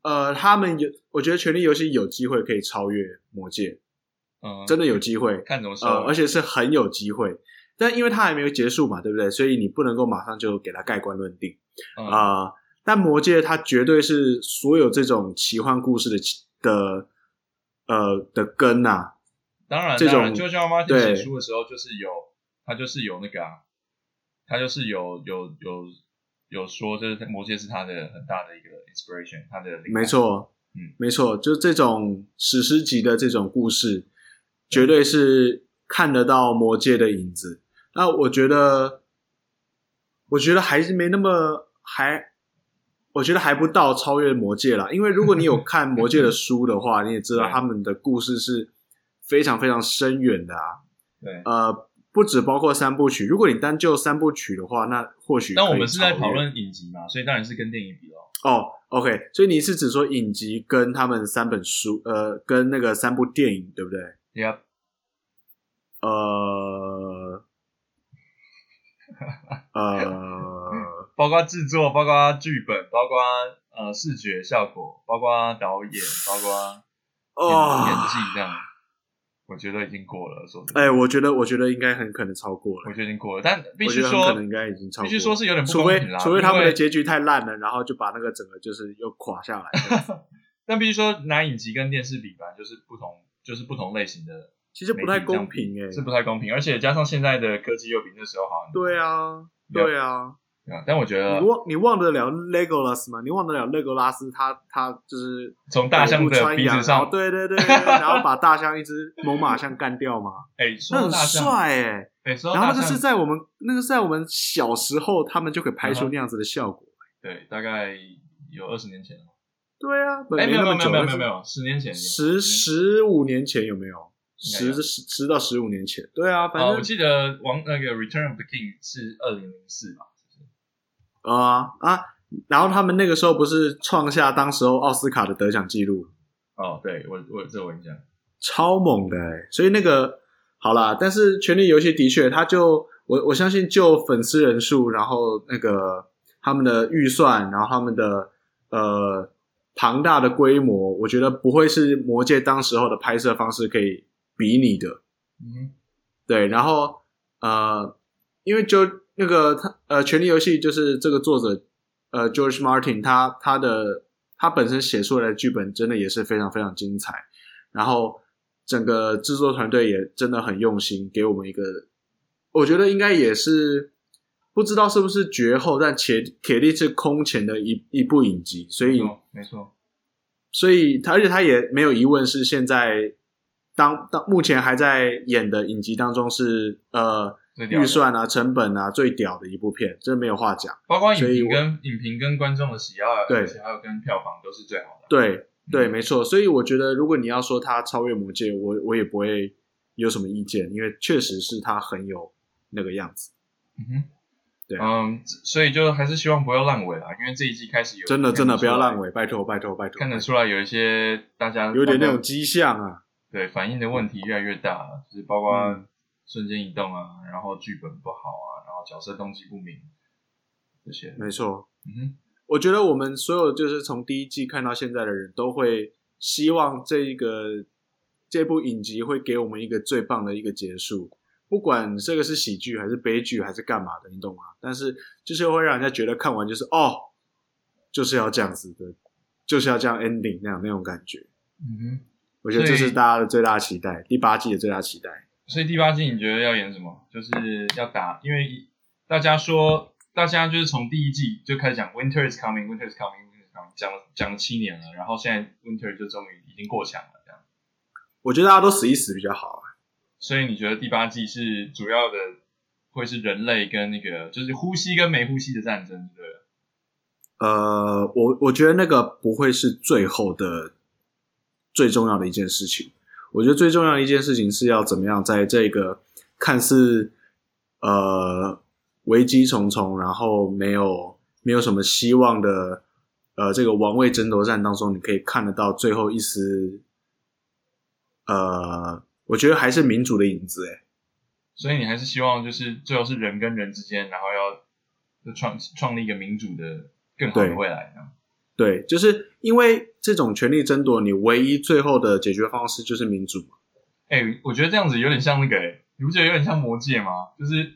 Speaker 1: 呃，他们有，我觉得《权力游戏》有机会可以超越《魔戒
Speaker 2: 嗯，》，啊
Speaker 1: 真的有机会，
Speaker 2: 看怎么说，
Speaker 1: 呃，而且是很有机会。但因为它还没有结束嘛，对不对？所以你不能够马上就给它盖棺论定。
Speaker 2: 嗯
Speaker 1: 啊、但《魔戒》它绝对是所有这种奇幻故事的起的呃的根呐、
Speaker 2: 当然
Speaker 1: 这
Speaker 2: 当然，
Speaker 1: 种
Speaker 2: 就像妈听写
Speaker 1: 对
Speaker 2: 书的时候，就是有他就是有那个啊，他就是有有有有说，就是《魔戒》是他的很大的一个 inspiration，他的灵感
Speaker 1: 没，错，
Speaker 2: 嗯，
Speaker 1: 没错，就是这种史诗级的这种故事，绝对是看得到《魔戒》的影子。那我觉得，我觉得还是没那么还。我觉得还不到超越《魔戒》啦，因为如果你有看《魔戒》的书的话，你也知道
Speaker 2: 对
Speaker 1: 他们的故事是非常非常深远的啊。
Speaker 2: 对。
Speaker 1: 呃，不只包括三部曲。如果你单就三部曲的话，那或许
Speaker 2: 但我
Speaker 1: 可以
Speaker 2: 们是在
Speaker 1: 超越
Speaker 2: 讨论影集嘛，所以当然是跟电影比咯。
Speaker 1: 哦。OK，所以你是指说影集跟他们三本书，呃，跟那个三部电影，对不对？
Speaker 2: Yep，
Speaker 1: 呃，呃，
Speaker 2: 包括制作，包括剧本，包括呃视觉效果，包括导演，包括演、演
Speaker 1: 哦，
Speaker 2: 技这样，我觉得已经过了，说真的
Speaker 1: 哎，我觉得，我觉得应该很可能超过
Speaker 2: 我
Speaker 1: 了。
Speaker 2: 觉得已经过了，但嗯必
Speaker 1: 我
Speaker 2: 须
Speaker 1: 觉得很可
Speaker 2: 说
Speaker 1: 能应该已经超过
Speaker 2: 必
Speaker 1: 了，
Speaker 2: 须说是有点不
Speaker 1: 除
Speaker 2: 公
Speaker 1: 非
Speaker 2: 平啦，
Speaker 1: 除非他们的
Speaker 2: 因为
Speaker 1: 结局太烂了，然后就把那个整个就是又垮下来这样子。
Speaker 2: 但必须说拿影集跟电视比吧，就是不同，就是不同类型的，
Speaker 1: 其实不太公平哎、
Speaker 2: 是不太公平，而且加上现在的科技又比那时候好很多，
Speaker 1: 对啊，对啊，
Speaker 2: 对啊但我觉得
Speaker 1: 你忘你忘得了 Legolas 吗？你忘得了 Legolas 他他就是
Speaker 2: 从大象
Speaker 1: 不
Speaker 2: 的
Speaker 1: 穿
Speaker 2: 鼻
Speaker 1: 羊，
Speaker 2: 子
Speaker 1: 然后
Speaker 2: 上，
Speaker 1: 对对对，对然后把大象一只猛犸象干掉嘛，
Speaker 2: 哎，说
Speaker 1: 那
Speaker 2: 到
Speaker 1: 很
Speaker 2: 大象，
Speaker 1: 帅哎、
Speaker 2: 哎，说到
Speaker 1: 然后
Speaker 2: 大
Speaker 1: 那个是
Speaker 2: 象，
Speaker 1: 在我们那个是在我们小时候，他们就可以拍出
Speaker 2: 嗯哼
Speaker 1: 那样子的效果。
Speaker 2: 对，大概有二十年前了，
Speaker 1: 对啊，
Speaker 2: 哎，没有
Speaker 1: 那么
Speaker 2: 没有没
Speaker 1: 久，
Speaker 2: 有没
Speaker 1: 但
Speaker 2: 有没
Speaker 1: 是
Speaker 2: 有没有，十年前有嗯
Speaker 1: 十十五年前有没有？
Speaker 2: 应该
Speaker 1: 十
Speaker 2: 有
Speaker 1: 十十到十五年前，对啊，反
Speaker 2: 啊，我
Speaker 1: 正
Speaker 2: 记得王那个 Return of the King 是二零零四吧，
Speaker 1: 啊啊，然后他们那个时候不是创下当时候奥斯卡的得奖记录，
Speaker 2: 哦，对我我这我印象，
Speaker 1: 超猛的、欸，所以那个好啦，但是《权力游戏》的确，它就我我相信就粉丝人数，然后那个他们的预算，然后他们的呃庞大的规模，我觉得不会是《魔戒》当时候的拍摄方式可以比拟的。
Speaker 2: 嗯
Speaker 1: 对，然后呃，因为就那个他呃，《权力游戏》就是这个作者呃 George Martin 他他的他本身写出来的剧本真的也是非常非常精彩，然后整个制作团队也真的很用心，给我们一个我觉得应该也是不知道是不是绝后，但铁铁定是空前的一一部影集，所
Speaker 2: 哼，没
Speaker 1: 以
Speaker 2: 错哦没错，
Speaker 1: 所以他，而且他也没有疑问是现在当当目前还在演的影集当中是呃
Speaker 2: 最屌的
Speaker 1: 预算啊、成本啊最屌的一部片，这没有话讲。
Speaker 2: 包括影
Speaker 1: 所以
Speaker 2: 评
Speaker 1: 我
Speaker 2: 跟影评跟观众的喜爱，
Speaker 1: 对
Speaker 2: 而且还有跟票房都是最好的，
Speaker 1: 对对，
Speaker 2: 嗯
Speaker 1: 没错。所以我觉得，如果你要说它超越《魔戒》，我我也不会有什么意见，因为确实是它很有那个样子。
Speaker 2: 嗯哼，
Speaker 1: 对
Speaker 2: 嗯，所以就还是希望不要烂尾啦，因为这一季开始有
Speaker 1: 真的真的不要烂
Speaker 2: 尾，
Speaker 1: 尾，拜托拜托拜托
Speaker 2: 看，得出来有一些大家
Speaker 1: 有点那
Speaker 2: 大家
Speaker 1: 种迹象啊。
Speaker 2: 对反应的问题越来越大了，就是包括
Speaker 1: 嗯
Speaker 2: 瞬间移动啊，然后剧本不好啊，然后角色动机不明这些，
Speaker 1: 没错，
Speaker 2: 嗯
Speaker 1: 我觉得我们所有就是从第一季看到现在的人都会希望这一个这部影集会给我们一个最棒的一个结束，不管这个是喜剧还是悲剧还是干嘛的，你懂吗？但是就是会让人家觉得看完就是哦，就是要这样子的，就是要这样 ending 那样那种感觉。
Speaker 2: 哼嗯哼，
Speaker 1: 我觉得这
Speaker 2: 所
Speaker 1: 是
Speaker 2: 以
Speaker 1: 大家的最大期待，第八季的最大期待。
Speaker 2: 所以第八季你觉得要演什么？就是要打，因为大家说，大家就是从第一季就开始讲 Winter is coming, Winter is coming, Winter is coming，讲讲了七年了，然后现在 Winter 就终于已经过墙了，这样。
Speaker 1: 我觉得大家都死一死比较好啊。
Speaker 2: 所以你觉得第八季是主要的会是人类跟那个就是呼吸跟没呼吸的战争，对了，
Speaker 1: 呃，我我觉得那个不会是最后的最重要的一件事情。我觉得最重要的一件事情是要怎么样在这个看似呃危机重重，然后没有没有什么希望的呃这个王位争夺战当中，你可以看得到最后一丝呃，我觉得还是民主的影子诶、欸
Speaker 2: 所以你还是希望就是最后是人跟人之间，然后要就创创立一个民主的更好
Speaker 1: 对
Speaker 2: 的未来，这样。
Speaker 1: 对，就是因为这种权力争夺，你唯一最后的解决方式就是民主嘛。
Speaker 2: 哎、我觉得这样子有点像那个、欸，你不觉得有点像魔戒吗？就是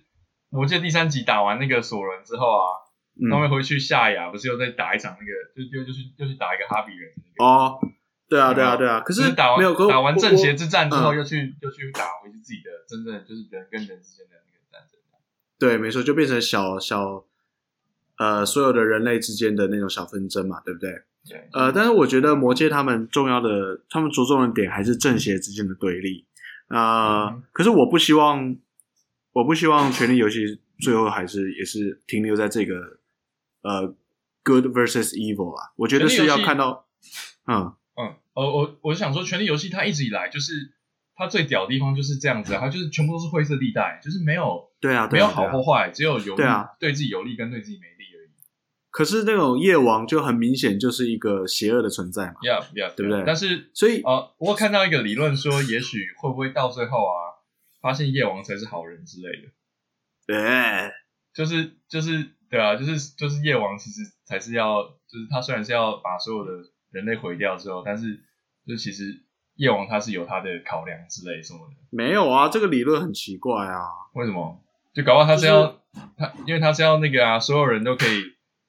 Speaker 2: 魔戒第三集打完那个索伦之后啊，
Speaker 1: 嗯
Speaker 2: 他们回去夏亚不是又再打一场那个，就就就去就去打一个哈比人的那个，
Speaker 1: 哦，对啊，
Speaker 2: 对
Speaker 1: 对啊，
Speaker 2: 啊
Speaker 1: 对啊。可
Speaker 2: 就是打完
Speaker 1: 没有，可是
Speaker 2: 打完
Speaker 1: 我
Speaker 2: 正邪之战之后，
Speaker 1: 嗯
Speaker 2: 又去、又去打回去自己的真正的就是人跟人之间的那个战争。
Speaker 1: 对，没错，就变成小小呃，所有的人类之间的那种小纷争嘛，对不对？
Speaker 2: 对，
Speaker 1: 呃，但是我觉得魔界他们重要的，他们着重的点还是正邪之间的对立。呃，
Speaker 2: 嗯
Speaker 1: 可是我不希望，我不希望《权力游戏》最后还是也是停留在这个呃 good versus evil 啊。我觉得
Speaker 2: 权力游
Speaker 1: 是要
Speaker 2: 戏
Speaker 1: 看到，嗯，
Speaker 2: 嗯，呃，我我想说，《权力游戏》它一直以来就是它最屌的地方就是这样子、啊，它就是全部都是灰色地带，就是没有
Speaker 1: 对啊，
Speaker 2: 没
Speaker 1: 对啊，
Speaker 2: 有
Speaker 1: 对
Speaker 2: 好
Speaker 1: 啊
Speaker 2: 或坏，只有有利
Speaker 1: 对啊
Speaker 2: 对自己有利跟对自己没利而已。
Speaker 1: 可是那种夜王就很明显就是一个邪恶的存在嘛，
Speaker 2: Yeah, yeah，
Speaker 1: 对不对
Speaker 2: yeah 但是
Speaker 1: 所以
Speaker 2: 呃，我有看到一个理论说，也许会不会到最后啊，发现夜王才是好人之类的，
Speaker 1: 哎，
Speaker 2: 就是就是对啊，就是就是夜王其实才是要，就是他虽然是要把所有的人类毁掉之后，但是就其实夜王他是有他的考量之类什么的，
Speaker 1: 没有啊，这个理论很奇怪啊。
Speaker 2: 为什么？就搞不好他是
Speaker 1: 就
Speaker 2: 要他，因为他是要那个啊，所有人都可以，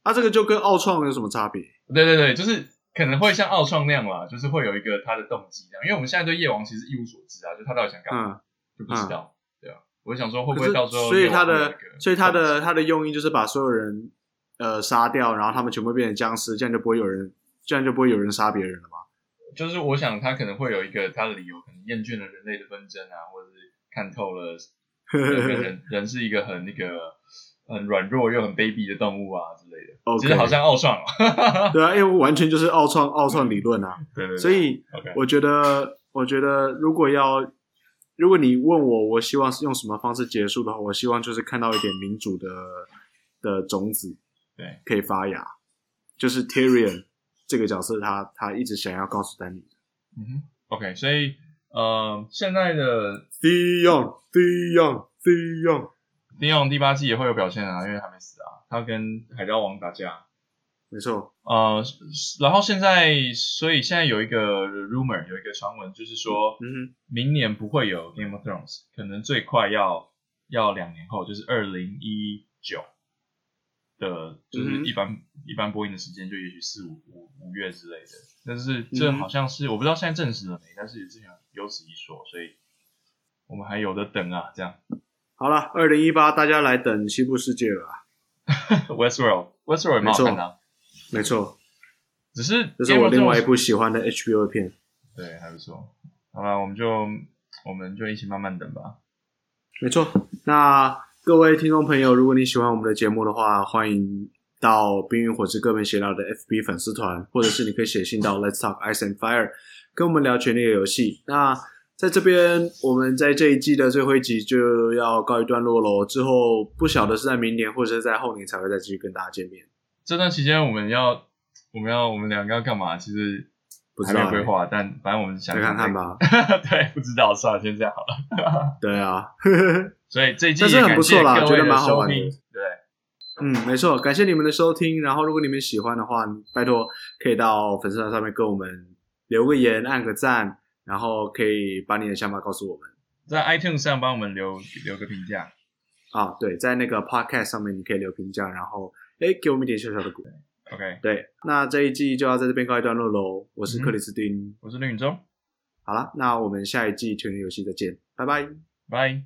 Speaker 1: 啊，这个就跟奥创有什么差别？
Speaker 2: 对对对，就是。可能会像奥创那样啦，就是会有一个他的动机这样，因为我们现在对夜王其实一无所知啊，就他到底想干
Speaker 1: 嗯，
Speaker 2: 嘛？就不知道，对啊。我想说会
Speaker 1: 可
Speaker 2: 不会
Speaker 1: 是
Speaker 2: 到时候
Speaker 1: 所以
Speaker 2: 又
Speaker 1: 他
Speaker 2: 会有一
Speaker 1: 的
Speaker 2: 个
Speaker 1: 所以他的他的用意就是把所有人呃杀掉，然后他们全部变成僵尸，这样就不会有人，这样就不会有人杀别人了嘛？
Speaker 2: 就是我想他可能会有一个他的理由，可能厌倦了人类的纷争啊，或者是看透了 人人是一个很那个很软弱又很卑鄙的动物啊之类的。
Speaker 1: OK
Speaker 2: 其实好像奥创哦，
Speaker 1: 对啊，因为完全就是奥创奥创理论啊，
Speaker 2: 对对对
Speaker 1: 所以
Speaker 2: OK
Speaker 1: 我觉得，我觉得如果要，如果你问我，我希望是用什么方式结束的话，我希望就是看到一点民主的的种子，
Speaker 2: 对，
Speaker 1: 可以发芽。就是 Tyrion 这个角色他，他一直想要告诉丹尼
Speaker 2: 嗯哼，OK，所以呃，现在的
Speaker 1: Theon Theon Theon，
Speaker 2: 利用第八季也会有表现啊，因为还没死啊，他跟海盗王打架。啊
Speaker 1: 没错，
Speaker 2: 呃，然后现在，所以现在有一个 rumor，有一个传闻，就是说，
Speaker 1: 嗯
Speaker 2: 明年不会有 Game of Thrones，可能最快要要两年后，就是二零一九的，就是
Speaker 1: 嗯哼
Speaker 2: 一般、一般播映的时间，就也许四五五五月之类的。但是这
Speaker 1: 嗯哼
Speaker 2: 好像是、我不知道现在证实了没，但是之前有此一说，所以我们还有的等啊，这样。
Speaker 1: 哼，好了，二零一八大家来等西部世界了啊，
Speaker 2: Westworld，Westworld 也蛮好看的啊、
Speaker 1: 没错，
Speaker 2: 只是
Speaker 1: 这是
Speaker 2: Game
Speaker 1: 我
Speaker 2: of
Speaker 1: 另外一
Speaker 2: Thrones-
Speaker 1: 部喜欢的 HBO 片。
Speaker 2: 对，还不错。好了，我们就我们就一起慢慢等吧。
Speaker 1: 没错。那各位听众朋友，如果你喜欢我们的节目的话，欢迎到《冰与火之歌们闲聊》的 FB 粉丝团，或者是你可以写信到 Let's Talk Ice and Fire，跟我们聊权力的游戏。那在这边，我们在这一季的最后一集就要告一段落喽。之后不晓得是在明年或者是在后年才会再继续跟大家见面，
Speaker 2: 这段期间我们要我们要我们两个要干嘛？其实
Speaker 1: 不知道
Speaker 2: 还没有
Speaker 1: 欸
Speaker 2: 规划，但反正我们想
Speaker 1: 再看看。吧。
Speaker 2: 对，不知道，算了，先这样好了。
Speaker 1: 对啊，
Speaker 2: 所以这一季
Speaker 1: 但是
Speaker 2: 也
Speaker 1: 很
Speaker 2: 感
Speaker 1: 不
Speaker 2: 谢
Speaker 1: 错啦
Speaker 2: 各
Speaker 1: 觉
Speaker 2: 位
Speaker 1: 得蛮好
Speaker 2: 收
Speaker 1: 玩的
Speaker 2: 听。对，
Speaker 1: 嗯，没错，感谢你们的收听。然后，如果你们喜欢的话，拜托可以到粉丝团上面跟我们留个言、按个赞，然后可以把你的想法告诉我们
Speaker 2: 在 iTunes 上帮我们留留个评价。
Speaker 1: 啊。对，在那个 podcast 上面你可以留评价，然后哎给我们一点小小的鼓励。
Speaker 2: OK，
Speaker 1: 对，那这一季就要在这边告一段落喽。我是
Speaker 2: 嗯
Speaker 1: 克里斯汀，
Speaker 2: 我是林宇中，
Speaker 1: 好啦，那我们下一季《权力游戏》再见，拜拜。
Speaker 2: 拜。